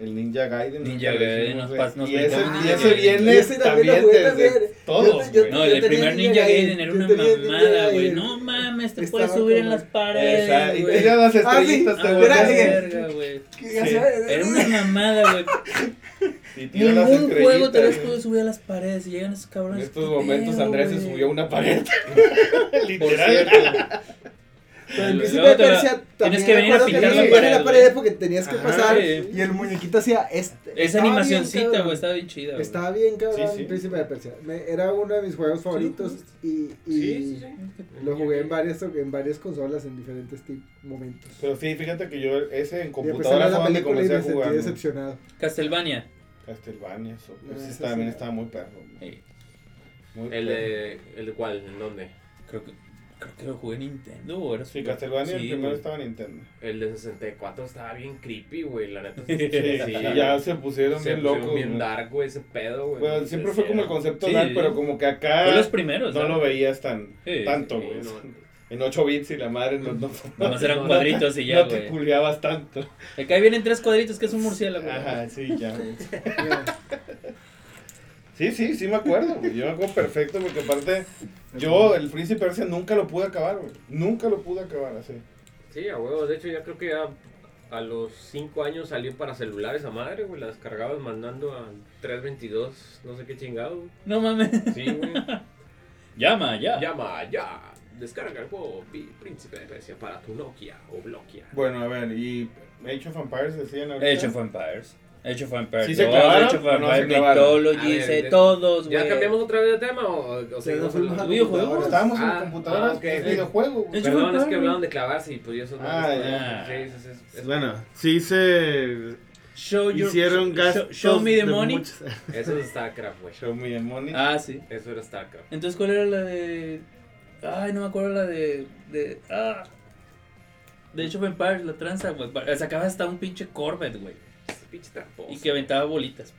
S4: el Ninja Gaiden.
S6: Ninja
S4: nunca lo
S6: Gaiden
S4: dijimos,
S6: nos
S4: güey.
S6: pas- nos
S4: y ese, y
S6: brincamos Ninja
S4: ese
S6: Gaiden.
S4: viene
S2: Y ese también
S4: también
S2: lo jugué
S4: desde
S2: también.
S4: todos,
S2: Yo- yo-
S4: güey.
S6: No, el
S2: tenía
S6: primer
S2: Ninja
S6: Ninja
S2: Gaiden,
S6: Gaiden era
S2: yo
S6: una
S2: tenía Ninja
S6: mamada, güey.
S2: Gaiden.
S6: No mames, te
S2: Estaba
S6: puedes subir en
S2: como-
S6: las
S4: Esa,
S6: paredes,
S4: y
S6: güey.
S4: tiran las
S2: Ah, sí.
S4: estrellitas,
S6: A
S4: te
S6: la
S2: volteas.
S6: verga, güey. Era una mamada, güey.
S4: Y tiran las
S6: Ningún juego te
S4: estrellitas.
S6: las puedes subir a las paredes. y Llegan esos
S4: En
S6: cabrones.
S4: estos
S6: ¿qué
S4: momentos
S6: pedo,
S4: Andrés se
S6: güey?
S4: subió a una pared.
S6: Por
S4: Literal.
S6: cierto,
S2: Pero el
S6: Luego
S2: príncipe de
S6: te la-
S2: Persia también
S6: tienes que venir a
S2: recuerdo que
S6: pintar
S2: venía
S4: la
S2: en la
S6: pared,
S2: pared
S6: güey.
S2: porque tenías que
S4: Ajá,
S2: pasar
S6: Ah, sí.
S2: y el muñequito hacía este.
S6: Esa
S2: Estaba bien,
S6: animacioncita,
S2: cabrón.
S6: güey, estaba bien chida. güey.
S2: Estaba bien cabrón
S4: Sí, sí.
S2: el príncipe de Persia. Me- era uno de mis juegos favoritos y, y
S5: Sí, sí, sí.
S2: lo jugué en varias en varias consolas en diferentes tip- momentos.
S4: Pero sí, fíjate que yo ese en
S2: Y después salió
S4: computadora fue
S2: la
S4: donde
S2: película y
S4: comencé a
S2: me sentí
S4: jugar. ¿no?
S2: decepcionado.
S6: Castlevania.
S4: Castlevania, eso.
S2: Ah,
S4: Ese
S2: ese
S4: también
S2: sí.
S4: estaba muy perro. güey.
S6: Eh,
S4: Muy
S5: ¿El
S4: perro.
S5: de, ¿El de cuál? ¿En dónde?
S6: Creo que, creo que lo jugué en Nintendo. ¿o era
S4: Sí,
S6: Super-
S4: Castlevania el
S6: Sí,
S4: primero
S6: güey.
S4: estaba en Nintendo.
S5: El de 64 estaba bien creepy, güey. La neta.
S4: Sí, ya se pusieron
S5: se
S4: bien
S5: pusieron
S4: locos.
S5: bien
S4: güey.
S5: dark, güey, ese pedo, güey.
S4: Bueno,
S5: Entonces,
S4: siempre fue como el
S5: era-
S4: concepto
S6: Sí,
S4: dark,
S6: sí.
S4: pero como que
S6: Fue
S4: acá
S6: los primeros.
S4: Eh, no
S6: ¿sabes?
S4: lo veías tan
S6: Sí.
S4: tanto,
S5: Sí,
S4: güey.
S5: no,
S4: En 8 bits y la madre no, no, no,
S6: Nomás eran
S5: No,
S6: cuadritos y ya,
S4: no te
S6: güey.
S4: culeabas tanto.
S6: Acá vienen tres cuadritos que es un murciélago. güey.
S4: Ajá, sí, ya. güey.
S2: Mira,
S4: Sí, sí, sí me acuerdo, güey. Yo me acuerdo perfecto porque aparte yo el Príncipe Persia nunca lo pude acabar, güey. Nunca lo pude acabar así.
S5: Sí, a huevo. De hecho, ya creo que ya a los 5 años salió para celulares a madre, güey. La descargabas mandando a 322, no sé qué chingado. güey.
S6: No mames.
S5: Sí, güey.
S6: Llama, ya.
S5: Llama ya. Descarga el juego Pi- Príncipe de Persia para tu Nokia o Blokia.
S4: Bueno, a ver, y Age of Empires decían ahorita.
S6: Age of Empires. Age of Empires.
S4: ¿Sí se
S6: 2,
S4: clavaron
S6: Age of
S4: o no se
S6: Empires
S4: clavaron?
S6: Mythology,
S5: A ver,
S6: sé
S5: de-
S6: todos, güey.
S5: ¿Ya cambiamos otra vez de tema o, o seguimos
S2: fuimos
S5: hablando?
S2: a
S6: videojuegos.
S2: computadoras.
S4: Estábamos
S5: Ah,
S4: en computadoras,
S5: ah, ok,
S4: que es
S5: ok.
S4: videojuego, güey.
S6: Age of
S5: Perdón, es que
S6: Empires.
S5: hablaron de clavarse y pues yo eso no.
S4: Ah,
S5: es-
S4: ya.
S5: Sí, sí, sí, es-
S7: Bueno, sí se
S6: Show your-
S7: hicieron
S6: show-
S7: gastos.
S6: Show me the
S7: de
S6: money.
S7: muchas-
S5: Eso es StarCraft, güey.
S4: Show me the money.
S6: Ah, sí.
S5: Eso era StarCraft.
S6: Entonces, ¿cuál era la de. Ay, no me acuerdo la de. de. Ah. De hecho, Vampires, la tranza, güey. Sacaba hasta un pinche Corvette, güey.
S5: Ese pinche tramposo.
S6: Y que aventaba bolitas.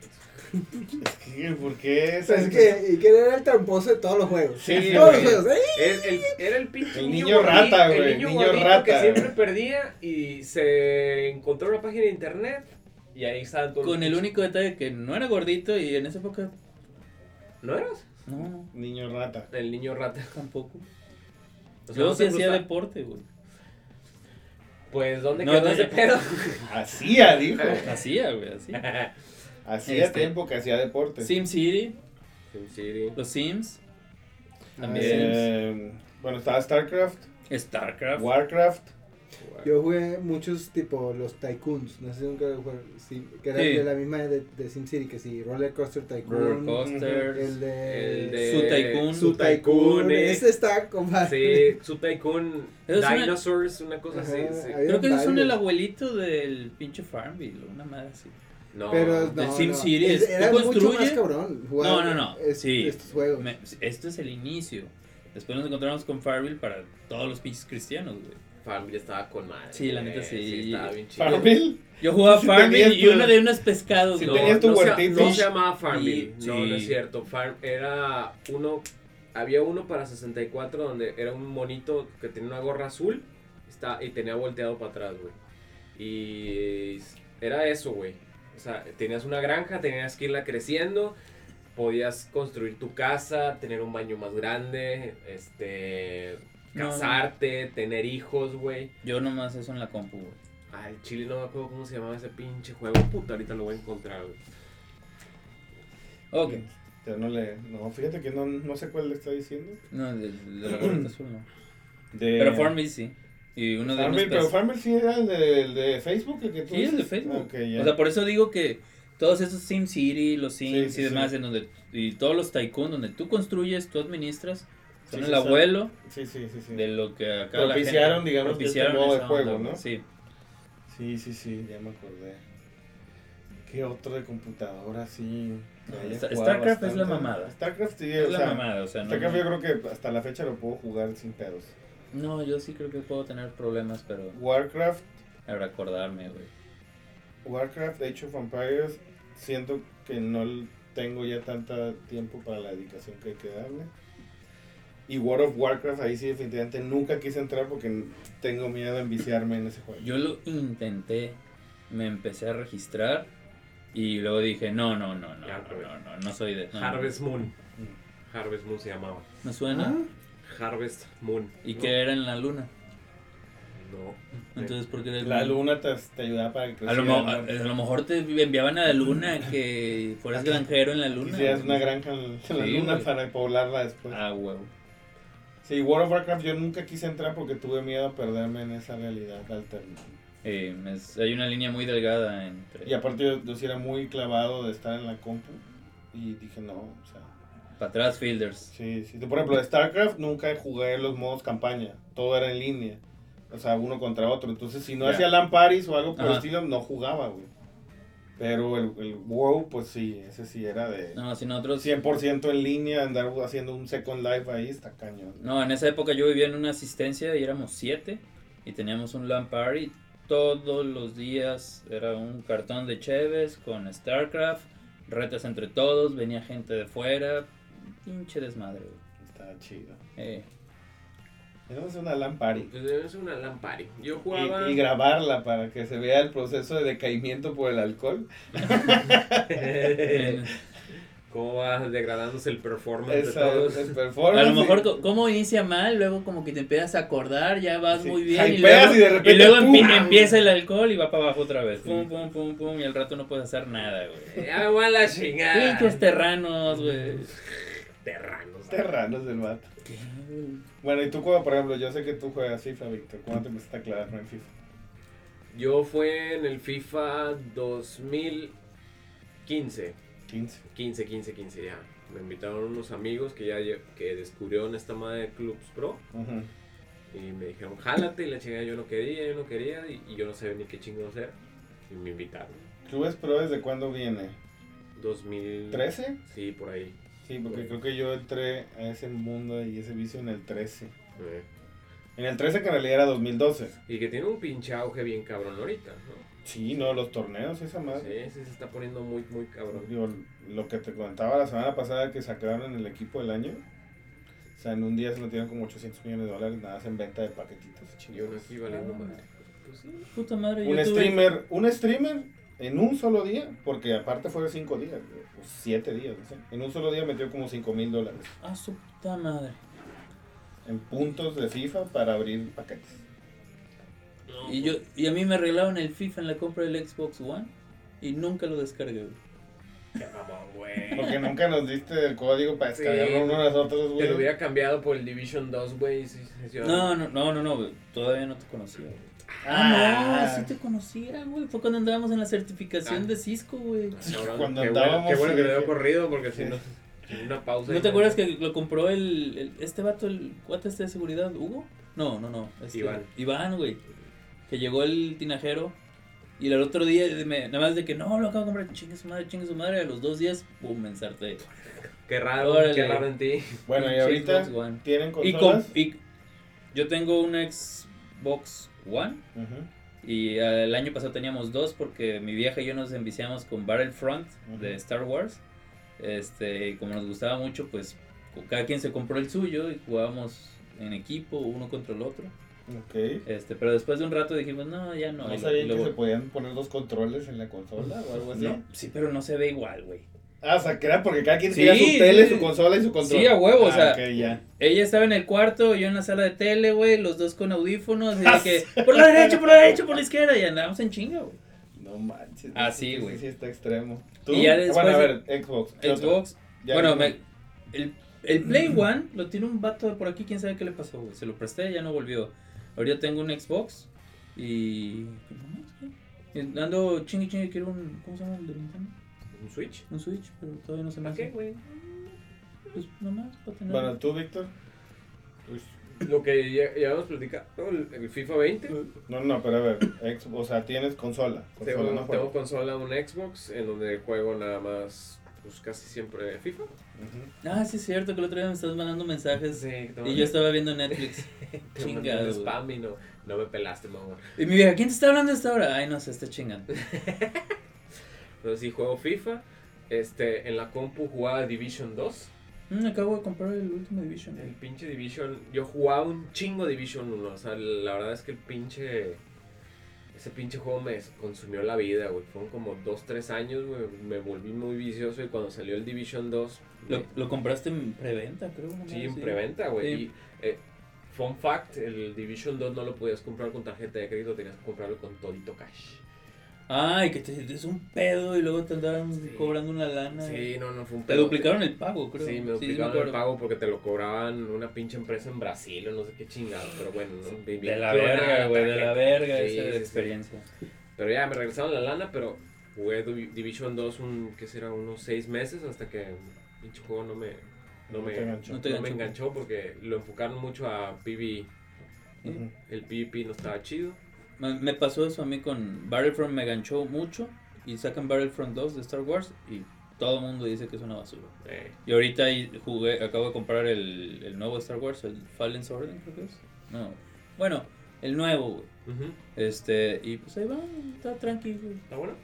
S4: Sí, ¿Por qué
S2: o
S4: ese-
S2: sea, Pues es que, y que era el tramposo de todos los juegos.
S4: Sí, sí,
S2: todos
S5: güey.
S2: los juegos. ¿eh?
S5: El- el- era el pinche
S4: El niño rata,
S5: gordito,
S4: güey,
S5: El niño,
S4: niño
S5: gordito
S4: rata,
S5: que siempre
S4: güey.
S5: perdía y se encontró una página de internet y ahí estaban todos.
S6: Con
S5: los
S6: el
S5: pinches-
S6: único detalle que no era gordito y en esa época.
S5: ¿No eras?
S6: No,
S4: Niño rata.
S5: El niño rata.
S6: tampoco.
S5: O sea,
S6: Yo
S5: ¿no
S6: sí
S5: te
S6: hacía
S5: gusta?
S6: deporte, güey.
S5: Pues, ¿dónde
S6: No,
S5: quedó
S6: no,
S5: ese
S6: yo-
S5: pedo?
S4: Hacía, dijo.
S6: Hacía, güey, hacía.
S4: Hacía
S6: Este.
S4: tiempo que hacía deporte.
S6: Sim City,
S5: SimCity.
S6: los Sims, también.
S4: Eh, bueno, estaba StarCraft,
S6: StarCraft.
S4: WarCraft.
S2: Yo jugué muchos tipo los Tycoons, no sé si nunca jugaron, sí, que era
S6: Sí.
S2: de la misma de, de SimCity, que sí, Roller Coaster Tycoon,
S6: Roller Coaster.
S2: el de...
S5: El de...
S6: Su Tycoon.
S2: Su Tycoon,
S5: eh.
S2: ese está con
S5: Sí, Su Tycoon.
S6: Es una-
S5: Dinosaurs, una cosa así.
S2: Ajá,
S5: sí.
S2: ahí-
S6: Creo que esos son
S2: varios.
S6: el abuelito del pinche Farmville, una madre así.
S5: No.
S2: Pero
S6: de
S2: no,
S6: SimCity
S2: no.
S6: es-
S2: era
S6: tú
S2: mucho más
S6: construyes-
S2: cabrón jugar
S6: No, no, no,
S2: es-
S6: sí.
S2: estos juegos.
S6: Me- esto es el este inicio. Después nos encontramos con Farrell para todos los pinches cristianos, güey.
S5: Farmville estaba con madre.
S6: Sí, la neta
S5: güey,
S6: sí.
S5: estaba bien chido.
S4: Farmville.
S6: Yo jugaba
S4: Sí
S6: Farmville
S4: tenías
S6: y
S4: tu-
S6: uno de unos pescados,
S4: Sí
S6: güey.
S4: tenías tu
S5: no, se-
S4: huertito.
S5: no se llamaba Farmville.
S6: Sí.
S5: No, no es
S6: Sí.
S5: cierto. Farm era uno. Había uno para 64 donde era un monito que tenía una gorra azul está, y tenía volteado para atrás, güey. Y era eso, güey. O sea, tenías una granja, tenías que irla creciendo, podías construir tu casa, tener un baño más grande, este,
S6: No.
S5: casarte, tener hijos, güey.
S6: Yo nomás eso en la compu, güey.
S5: Al chile no me acuerdo cómo se llamaba ese pinche juego. Puta, ahorita lo voy a encontrar, güey.
S6: Ok.
S4: Ya no le. No, fíjate que no, no sé cuál le está diciendo.
S6: No, de, de la gorrita azul no.
S4: De...
S6: Pero Farmville sí. Y uno de unos
S4: Farmville, Eh, pero
S6: pescados.
S4: Farmville sí era el de, el de Facebook, el que tú
S6: Sí, el de
S4: dices.
S6: Facebook.
S4: Ok, ya.
S6: O sea, por eso digo que todos esos SimCity, los Sims
S4: Sí, sí,
S6: y demás,
S4: sí.
S6: en donde, y todos los Tycoon, donde tú construyes, tú administras,
S4: Sí,
S6: son el
S4: sí, sí.
S6: abuelo
S4: sí, sí, sí, sí.
S6: de lo que acá
S4: Propiciaron,
S6: la gente,
S4: digamos, que este modo de
S6: esa
S4: juego,
S6: güey.
S4: ¿no?
S6: Sí.
S4: Sí, sí, sí, ya me acordé. ¿Qué otro de computadora sí? que
S6: No,
S4: haya
S6: Star-
S4: jugado
S6: Starcraft es la
S4: bastante?
S6: mamada.
S4: Starcraft sí,
S6: Es
S4: o
S6: la
S4: sea,
S6: mamada, o sea, no,
S4: Starcraft
S6: no,
S4: yo creo que hasta la fecha lo puedo jugar sin pedos.
S6: no, yo sí creo que puedo tener problemas, pero
S4: Warcraft,
S6: habrá acordarme, güey.
S4: Warcraft Age of Empires, siento que no l- tengo ya tanto tiempo para la dedicación que hay que darle. Y World of Warcraft, ahí sí definitivamente nunca quise entrar porque n- tengo miedo a enviciarme en ese juego.
S6: Yo lo intenté, me empecé a registrar y luego dije, no, no, no, no,
S5: Ya,
S6: no,
S5: güey.
S6: no, no, no soy de... no, no,
S5: Harvest Moon. Harvest Moon se llamaba.
S6: ¿No suena?
S5: Harvest Moon.
S6: ¿Y
S5: No,
S6: que era en la luna?
S5: No.
S6: Entonces, ¿por qué era el
S4: La
S6: mundo?
S4: luna te, te ayudaba para que
S6: A lo, mo- eh, a,
S4: creciera, ¿no?
S6: a lo mejor te enviaban a la luna, que fueras granjero en la luna.
S4: Quisieras una granja en la- en la
S6: Sí,
S4: luna
S6: güey.
S4: para poblarla después.
S6: Ah, huevo.
S4: Sí, World of Warcraft yo nunca quise entrar porque tuve miedo a perderme en esa realidad alterna.
S6: Eh, es- hay una línea muy delgada entre
S4: Y aparte yo, yo sí era muy clavado de estar en la compu y dije no, o sea,
S6: para atrás fielders.
S4: sí, sí. Por ejemplo, de StarCraft nunca jugué los modos campaña, todo era en línea, o sea, uno contra otro. Entonces si no
S6: Ya.
S4: hacía lamparis o algo por el
S6: Ajá.
S4: estilo, no jugaba, güey. Pero el, el WoW, pues sí, ese sí era de
S6: No, pues si nosotros...
S4: 100% en línea, andar haciendo un Second Life ahí está cañón.
S6: No, en esa época yo vivía en una asistencia y éramos siete y teníamos un LAN party. Todos los días era un cartón de Cheves con StarCraft, retas entre todos, venía gente de fuera. Pinche desmadre, güey.
S4: Está chido.
S6: Eh,
S4: Tenemos una lampari.
S5: Pues debe ser una lampari. Yo jugaba.
S4: Y, y grabarla para que se vea el proceso de decaimiento por el alcohol.
S6: eh,
S5: ¿Cómo va degradándose el performance de
S4: Esa
S5: todos?
S4: es performance.
S6: A lo mejor, co- ¿cómo inicia mal? Luego, como que te empiezas a acordar, ya vas
S4: Sí.
S6: muy bien. Y
S4: Hypeas
S6: luego,
S4: y de repente,
S6: y luego eh.
S4: ¡pum!
S6: empie- empieza el alcohol y va para abajo otra vez. Pum, pum, pum, pum. Y al rato no puedes hacer nada, güey.
S5: Ya me voy a Eh, ah, la chingada.
S6: Pinches terranos, güey.
S5: Terranos.
S4: Terranos del vato. Bueno, y tú juegas, por ejemplo, yo sé que tú juegas FIFA, Víctor. ¿Cuándo te empezaste a aclarar en FIFA?
S5: Yo fue en el FIFA 2015.
S4: 15.
S5: 15, 15, 15 ya. Me invitaron unos amigos que ya lle- que descubrieron esta madre de Clubs Pro.
S4: Ujú.
S5: Y me dijeron, jálate, y la chingada yo no quería, yo no quería, y, y yo no sabía ni qué chingados era. Y me invitaron.
S4: ¿Clubes Pro desde cuándo viene?
S5: 2000...
S4: ¿13?
S5: Sí, por ahí.
S4: Sí,
S6: Pues.
S4: porque creo que yo entré a ese mundo y ese vicio en el 13.
S5: Eh.
S4: En el 13 que en realidad era 2012.
S5: Y que tiene un pinche auge bien cabrón ahorita, ¿no?
S4: Sí, no, los torneos, esa madre.
S5: Sí, sí, se está poniendo muy, muy cabrón.
S4: Digo, lo que te comentaba la semana pasada que sacaron el equipo del año. O sea, en un día se metieron como 800 millones de dólares nada más en venta de paquetitos.
S5: Yo no
S4: chingados.
S5: estoy valiendo madre. Pues sí.
S6: Puta madre,
S4: Un
S6: yo tuve-
S4: streamer, un streamer en un solo día, porque aparte fue de 5 días, güey, o 7 días, no sé. En un solo día metió como 5 mil dólares
S6: Ah, su puta madre.
S4: en puntos de FIFA para abrir paquetes.
S5: No,
S6: Y, yo, y a mí me arreglaron el FIFA en la compra del Xbox One y nunca lo descargué, güey.
S5: qué mamón, güey.
S4: Porque nunca nos diste el código para descargarlo
S5: Sí.
S4: uno de nosotros,
S5: Te lo
S4: güey.
S5: hubiera cambiado por el Division 2, güey. sí, sí, sí.
S6: No, no, no, no, no, güey. Todavía no te conocía, güey. Ah,
S4: Ah.
S6: no, sí te conocía, güey. Fue cuando andábamos en la certificación
S5: Ah.
S6: de Cisco, güey.
S5: Cabrón,
S4: Cuando
S5: qué bueno,
S4: andábamos,
S5: qué bueno que
S4: sí,
S5: lo había
S4: sí.
S5: corrido, porque si
S4: Sí.
S5: no, una pausa.
S6: ¿No
S5: y
S6: te acuerdas que lo compró el, el- este vato, el cuate este de seguridad, Hugo? No, no, no. este,
S5: Iván.
S6: Iván, güey. Que llegó el tinajero Y el otro día, me- nada más de que no, lo acabo de comprar, chingue su madre, chingue su madre. A los dos días, pum, me ensarté.
S5: Qué raro,
S6: Órale.
S5: qué raro en ti.
S4: Bueno, y
S6: Pinche
S4: ahorita
S6: Xbox One.
S4: tienen
S6: Y, con-
S4: consolas.
S6: y- yo tengo una Xbox One.
S4: Ujú,
S6: Y eh, el año pasado teníamos dos porque mi vieja y yo nos enviciamos con Battlefront de
S4: Ujú.
S6: Star Wars. Este, y como nos gustaba mucho, pues cu- cada quien se compró el suyo y jugábamos en equipo, uno contra el otro.
S4: Ok.
S6: Este, pero después de un rato dijimos, no, ya no.
S4: No,
S6: y lo- y
S4: sabían que
S6: luego-
S4: se podían poner dos controles en la consola o algo así.
S6: No, sí, pero no se ve igual, güey.
S4: Ah, o sea, que era porque cada quien
S6: Sí,
S4: tenía su tele,
S6: sí.
S4: su consola y su control.
S6: Sí, a huevo, o
S4: Ah,
S6: sea,
S4: ok, ya.
S6: Ella estaba en el cuarto, yo en la sala de tele, güey, los dos con audífonos, y de que, por la derecha, por la derecha, por la izquierda, y andábamos en chinga, güey.
S4: No manches.
S6: Ah,
S4: eso
S6: sí, güey.
S4: Sí, está extremo. ¿Tú?
S6: Y ya después-
S4: bueno, a ver, Xbox. ¿qué otro?
S6: Xbox,
S4: Ya
S6: bueno,
S4: vimos.
S6: me- el, el Play One lo tiene un vato de por aquí, quién sabe qué le pasó, güey. Se lo presté, ya no volvió. Ahorita tengo un Xbox y. pues, no más, güey. Y Ando chingue chingue, quiero un. ¿Cómo se llama el de Nintendo?
S5: ¿Un Switch?
S6: Un Switch, pero todavía no se me
S5: ¿Para qué,
S6: hace.
S5: güey?
S6: Pues nomás, para tener.
S4: Bueno, ¿tú, Víctor?
S5: Lo que ya, ya hemos platicado, el, el FIFA 20.
S4: No, no, pero a ver, Xbox, o sea, tienes consola.
S5: Tengo,
S4: Consola
S5: tengo
S4: no juego.
S5: consola, un Xbox, en donde juego nada más, pues casi siempre FIFA.
S4: Ujú.
S6: Ah, sí, es cierto que el otro día me estabas mandando mensajes
S5: no,
S6: y yo estaba viendo Netflix.
S5: te mandé un
S6: chingado, güey.
S5: spam y no, no me pelaste, mamón.
S6: Y mi vieja, ¿quién te está hablando hasta ahora? Ay, no sé, está chingando.
S5: Pero sí juego FIFA. Este, en la compu jugaba Division 2.
S6: Mm, acabo de comprar el último Division.
S5: El pinche Division, yo jugaba un chingo Division 1, o sea, la verdad es que el pinche, ese pinche juego me consumió la vida, güey, fueron como 2, 3 años, güey, me volví muy vicioso y cuando salió el Division 2,
S6: Lo,
S5: me-
S6: lo compraste en preventa, creo. ¿no?
S5: sí, en preventa, güey,
S6: Sí.
S5: y, eh, fun fact, el Division 2 no lo podías comprar con tarjeta de crédito, tenías que comprarlo con todito cash.
S6: Ay, que te es un pedo y luego te andaban
S5: Sí.
S6: cobrando una lana.
S5: Sí, no, no, fue un
S6: Te
S5: pedote.
S6: duplicaron el pago, creo.
S5: Sí, me duplicaron el pago porque te lo cobraban una pinche empresa en Brasil o no sé qué chingado, pero bueno, no, bien-
S6: De
S5: bien
S6: la
S5: clonada
S6: verga, güey, de
S5: tarjeta.
S6: la verga
S5: Sí,
S6: esa
S5: sí, sí.
S6: experiencia.
S5: Pero ya me regresaron la lana, pero jugué Div- Division 2 un, ¿qué será? Unos 6 meses hasta que el pinche juego no me, no me,
S4: te enganchó.
S6: No te
S5: no me
S6: enganchó.
S5: enganchó porque lo enfocaron mucho a PvE.
S4: Ujú.
S5: El PvP no estaba chido.
S6: Me, me pasó eso a mí con Battlefront, me ganchó mucho y sacan Battlefront 2 de Star Wars y todo el mundo dice que es una basura.
S5: Eh,
S6: Y ahorita ahí jugué, acabo de comprar el, el nuevo Star Wars, el Fallen Order, creo que es. No. Bueno, el nuevo, güey.
S5: ujú,
S6: Este, y pues ahí va, está tranquilo.
S5: ¿Está bueno?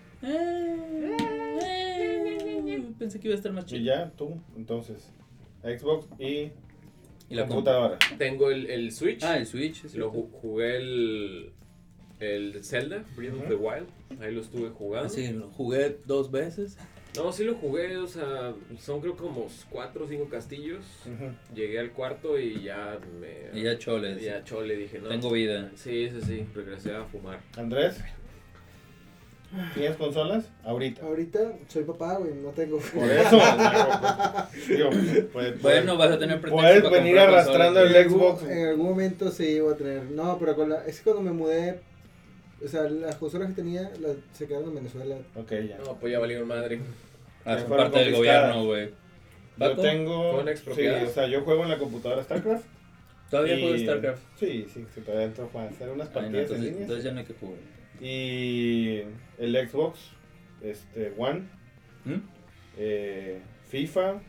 S6: eh, Pensé que iba a estar más
S4: Y
S6: chido.
S4: ya, tú, entonces, Xbox y,
S6: Y la compra.
S4: computadora.
S5: Tengo el, el Switch.
S6: Ah, el Switch. es
S5: lo
S6: cierto.
S5: ju- jugué el, el Zelda, Breath of the Wild. Ahí lo estuve jugando.
S6: Ah, sí, lo jugué dos veces.
S5: No, sí lo jugué, o sea, son creo como 4 o 5 castillos.
S4: Ujú.
S5: Llegué al cuarto y ya me...
S6: Y ya choles.
S5: Ya chole, dije, no.
S6: Tengo vida.
S5: Sí, sí, sí, regresé a fumar.
S4: Andrés, ¿tienes consolas? Ahorita.
S2: Ahorita soy papá, güey, no tengo.
S4: Por eso. digo, pues,
S6: Bueno, vas a tener pretexto
S4: Puedes
S6: para
S4: venir
S6: comprar
S4: arrastrando
S6: consolas.
S4: el Xbox.
S2: En algún momento sí voy a tener. No, pero con la, es que cuando me mudé, o sea, las consolas que tenía las, se quedaron en Venezuela.
S4: Ok, ya.
S5: No, pues ya valieron madre.
S6: Ah,
S4: Ya
S6: son
S4: fueron
S6: parte del
S4: confiscadas.
S6: gobierno, güey.
S4: Yo
S6: Paco,
S4: tengo.
S5: ¿Fueron
S4: Sí,
S5: expropiadas?
S4: o sea, yo juego en la computadora StarCraft.
S6: Todavía
S4: y-
S6: juego StarCraft.
S4: Sí, sí, sí, todavía entro a hacer unas
S6: Ay, no,
S4: partidas
S6: entonces,
S4: en línea.
S6: entonces ya no hay que jugar.
S4: Y el Xbox, este, One,
S6: ¿Mm?
S4: eh, FIFA,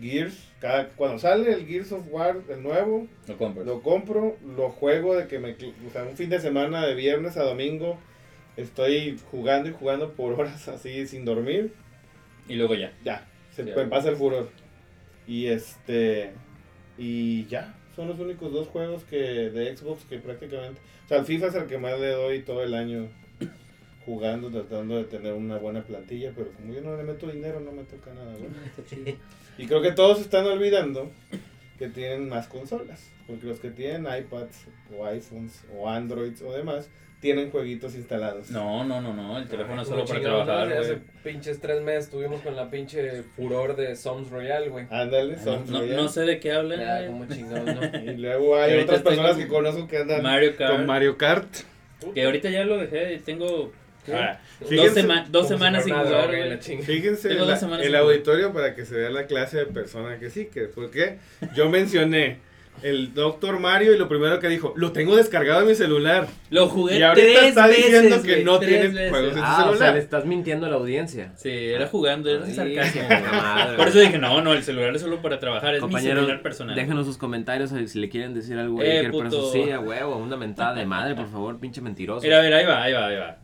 S4: Gears. Cada, cuando sale el Gears of War, el nuevo,
S6: Lo compras.
S4: lo compro, lo juego de que me... cl- O sea, un fin de semana de viernes a domingo estoy jugando y jugando por horas así sin dormir.
S6: Y luego ya.
S4: Ya, se
S5: Ya.
S4: me pasa el furor. Y este... Y ya, son los únicos dos juegos que de Xbox que prácticamente... O sea, el FIFA es el que más le doy todo el año jugando, tratando de tener una buena plantilla, pero como yo no le meto dinero, no me toca nada. güey.
S6: Está chido.
S4: Y creo que todos están olvidando que tienen más consolas. Porque los que tienen iPads o iPhones o Androids o demás tienen jueguitos instalados.
S6: No, no, no, no. El teléfono es solo
S5: Como
S6: para
S5: chingados,
S6: trabajar,
S5: ¿no? Hace
S6: güey.
S5: pinches 3 meses estuvimos con la pinche furor de Soms Royal, güey.
S4: Ándale,
S6: Ah, No,
S4: son
S6: no,
S4: Royal.
S6: no sé de qué hablan.
S5: Ya,
S6: güey.
S5: como chingados, ¿no?
S4: Y luego hay
S6: Ahorita
S4: otras personas
S6: tengo-
S4: que conozco que andan.
S6: Mario Kart.
S7: Con Mario Kart.
S6: Que ahorita ya lo dejé, tengo ahora, dos,
S7: Fíjense
S6: sema- dos
S5: Como si
S6: semanas sin
S5: fuera una
S6: jugar.
S5: droga y la
S6: güey.
S5: chinga.
S7: Fíjense
S6: Tengo dos
S7: la- el
S6: semanas sin jugar.
S7: auditorio para que se vea la clase de persona que sí, que porque yo mencioné
S4: el Doctor Mario y lo primero que dijo, lo tengo descargado en mi celular.
S6: Lo jugué
S4: Y ahorita
S6: tres
S4: está
S6: veces,
S4: diciendo que
S6: güey,
S4: no
S6: tres
S4: tiene
S6: veces.
S4: juegos en su
S5: Ah, o sea,
S4: celular.
S5: le estás mintiendo a la audiencia.
S6: Sí, era jugando, era
S5: Ay,
S6: sarcasmo.
S5: la madre.
S6: Por eso dije, no, no, el celular es solo para trabajar, es mi
S5: Compañeros,
S6: celular personal.
S5: déjenos sus comentarios eh, si le quieren decir algo a
S6: Eh,
S5: Iker,
S6: puto.
S5: pero eso sí, a huevo, una mentada de madre, por favor, pinche mentiroso.
S6: Mira, a ver, ahí va, ahí va, ahí va.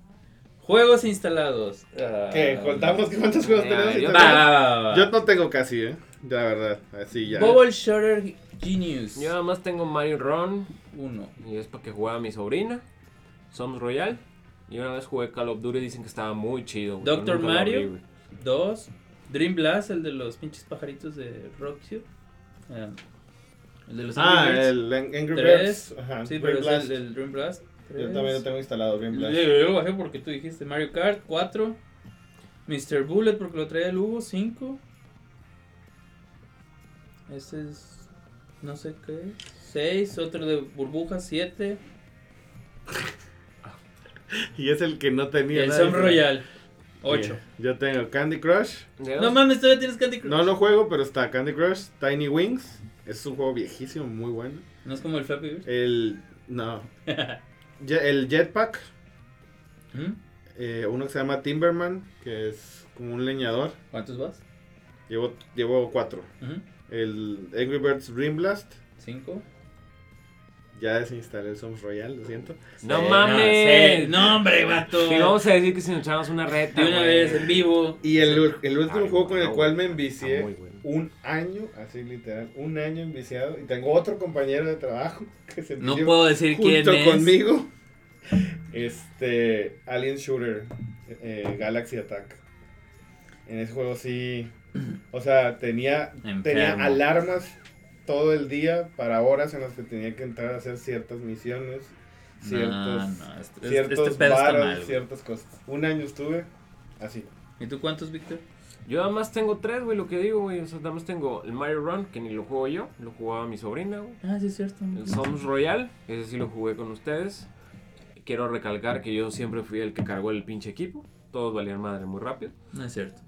S6: Juegos instalados. Ah,
S1: ¿Qué? ¿Contamos que cuántos juegos
S5: Eh,
S1: tenemos?
S5: yo-
S6: Va, va, va, va.
S4: Yo no tengo casi, ¿eh? La verdad, así ya.
S6: Bubble Shutter Genius.
S5: Yo nada más tengo Mario Run,
S6: Uno.
S5: y es para que juega mi sobrina, Soms Royal, y una vez jugué Call of Duty y dicen que estaba muy chido. güey,
S6: Doctor
S5: pero nunca lo
S6: Mario.
S5: abrí, güey.
S6: Dos. Dream Blast, el de los pinches pajaritos de Roxio. Ah, el de los
S4: Ah,
S6: Angry Birds.
S4: el Ang- Angry
S6: Tres.
S4: Birds. Ajá.
S6: Sí,
S1: Dream
S6: pero es
S1: Blast.
S6: el, el Dream Blast.
S1: Yo también lo
S6: Tres.
S1: tengo instalado, bien
S6: Yo
S1: Blast.
S6: yo lo bajé porque tú dijiste Mario Kart 4, Mr. Bullet porque lo traía el Hugo 5. Este es no sé qué, 6, otro de burbujas 7
S4: Y es el que no
S6: y
S4: tenía.
S6: el
S4: nada.
S6: Sun Royal 8.
S4: Bien. Yo tengo Candy Crush.
S6: No mames, todavía tienes Candy Crush.
S4: No lo juego, pero está Candy Crush, Tiny Wings. Es un juego viejísimo, muy bueno.
S6: No es como el Flappy Bird.
S4: El. No. Ye- el Jetpack.
S6: ¿Mm?
S4: eh, uno que se llama Timberman, que es como un leñador.
S6: ¿Cuántos vas?
S4: Llevo, llevo cuatro. El Angry Birds Dream Blast.
S6: 5.
S4: Ya desinstalé el Soms Royal, lo siento.
S5: No mames.
S6: No, hombre, vato.
S5: Y vamos a decir que si nos echamos una reta.
S6: De una
S5: güey.
S6: vez en vivo.
S4: Y el, el último
S5: Ay,
S4: juego con
S5: no,
S4: el cual me
S5: güey.
S4: envicié
S5: Ah, muy bueno.
S4: un año, así literal, un año enviciado. Y tengo otro compañero de trabajo que se
S8: No
S4: envició
S8: puedo decir quién
S4: junto
S8: es.
S4: conmigo. Este Alien Shooter eh, Galaxy Attack. En ese juego sí. O sea, tenía, tenía
S8: Enfermo.
S4: alarmas todo el día para horas en las que tenía que entrar a hacer ciertas misiones, ciertos,
S8: No, no, este,
S4: ciertos
S8: este pedo está
S4: varos,
S8: mal. güey.
S4: ciertas cosas. Un año estuve así.
S6: ¿Y tú cuántos, Víctor?
S5: Yo nada más tengo tres, güey, lo que digo, güey. O sea, nada más tengo el Mario Run, que ni lo juego yo, lo jugaba mi sobrina, güey.
S6: Ah, sí es cierto.
S5: El Soms Royal, ese sí lo jugué con ustedes. Quiero recalcar que yo siempre fui el que cargó el pinche equipo. Todos valían madre muy rápido.
S6: No es cierto.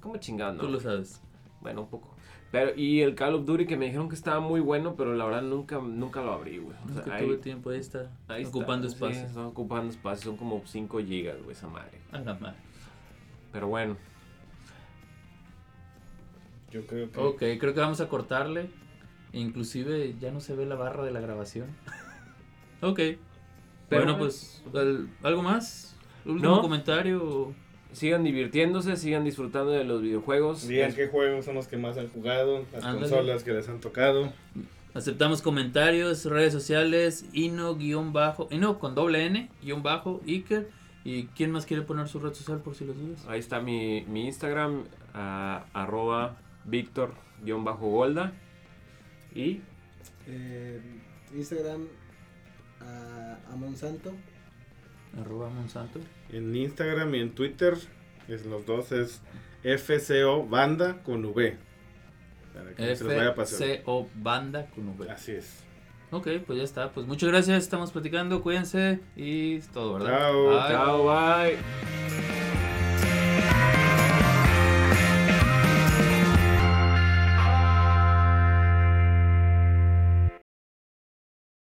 S5: ¿Cómo chingando?
S6: Tú lo sabes.
S5: Bueno, un poco. Pero, y el Call of Duty que me dijeron que estaba muy bueno, pero la verdad nunca, nunca lo abrí, güey. O sea,
S6: Nunca
S5: ahí-
S6: tuve tiempo, ahí está.
S5: ahí está,
S6: ocupando
S5: sí,
S6: espacio.
S5: están ocupando espacio, son como 5 gigas, güey, esa madre.
S6: A la madre.
S5: Pero bueno,
S4: Yo creo que
S6: Ok, creo que vamos a cortarle. Inclusive ya no se ve la barra de la grabación. ok.
S5: Pero
S6: bueno,
S5: bueno.
S6: pues, al- ¿algo más? ¿Último
S5: No.
S6: comentario?
S5: sigan divirtiéndose, sigan disfrutando de los videojuegos.
S4: Digan
S5: Es-
S4: qué juegos son los que más han jugado, las
S6: Ándale.
S4: consolas que les han tocado.
S6: Aceptamos comentarios, redes sociales, Ino guión bajo, Ino con doble N, guión bajo, Iker. ¿Y quién más quiere poner su red social por si los dudas?
S5: Ahí está mi, mi Instagram, ah, arroba Víctor-Golda. Y
S2: Eh, Instagram a, a Monsanto.
S6: Arroba Monsanto.
S4: En Instagram y en Twitter, es los dos es FCO Banda con V. Para que no se les vaya a pasar.
S6: FCO Banda con V.
S4: Así es.
S6: Ok, pues ya está. Pues muchas gracias, estamos platicando, cuídense y es todo, ¿verdad?
S4: Chao.
S6: Bye.
S5: chao, bye.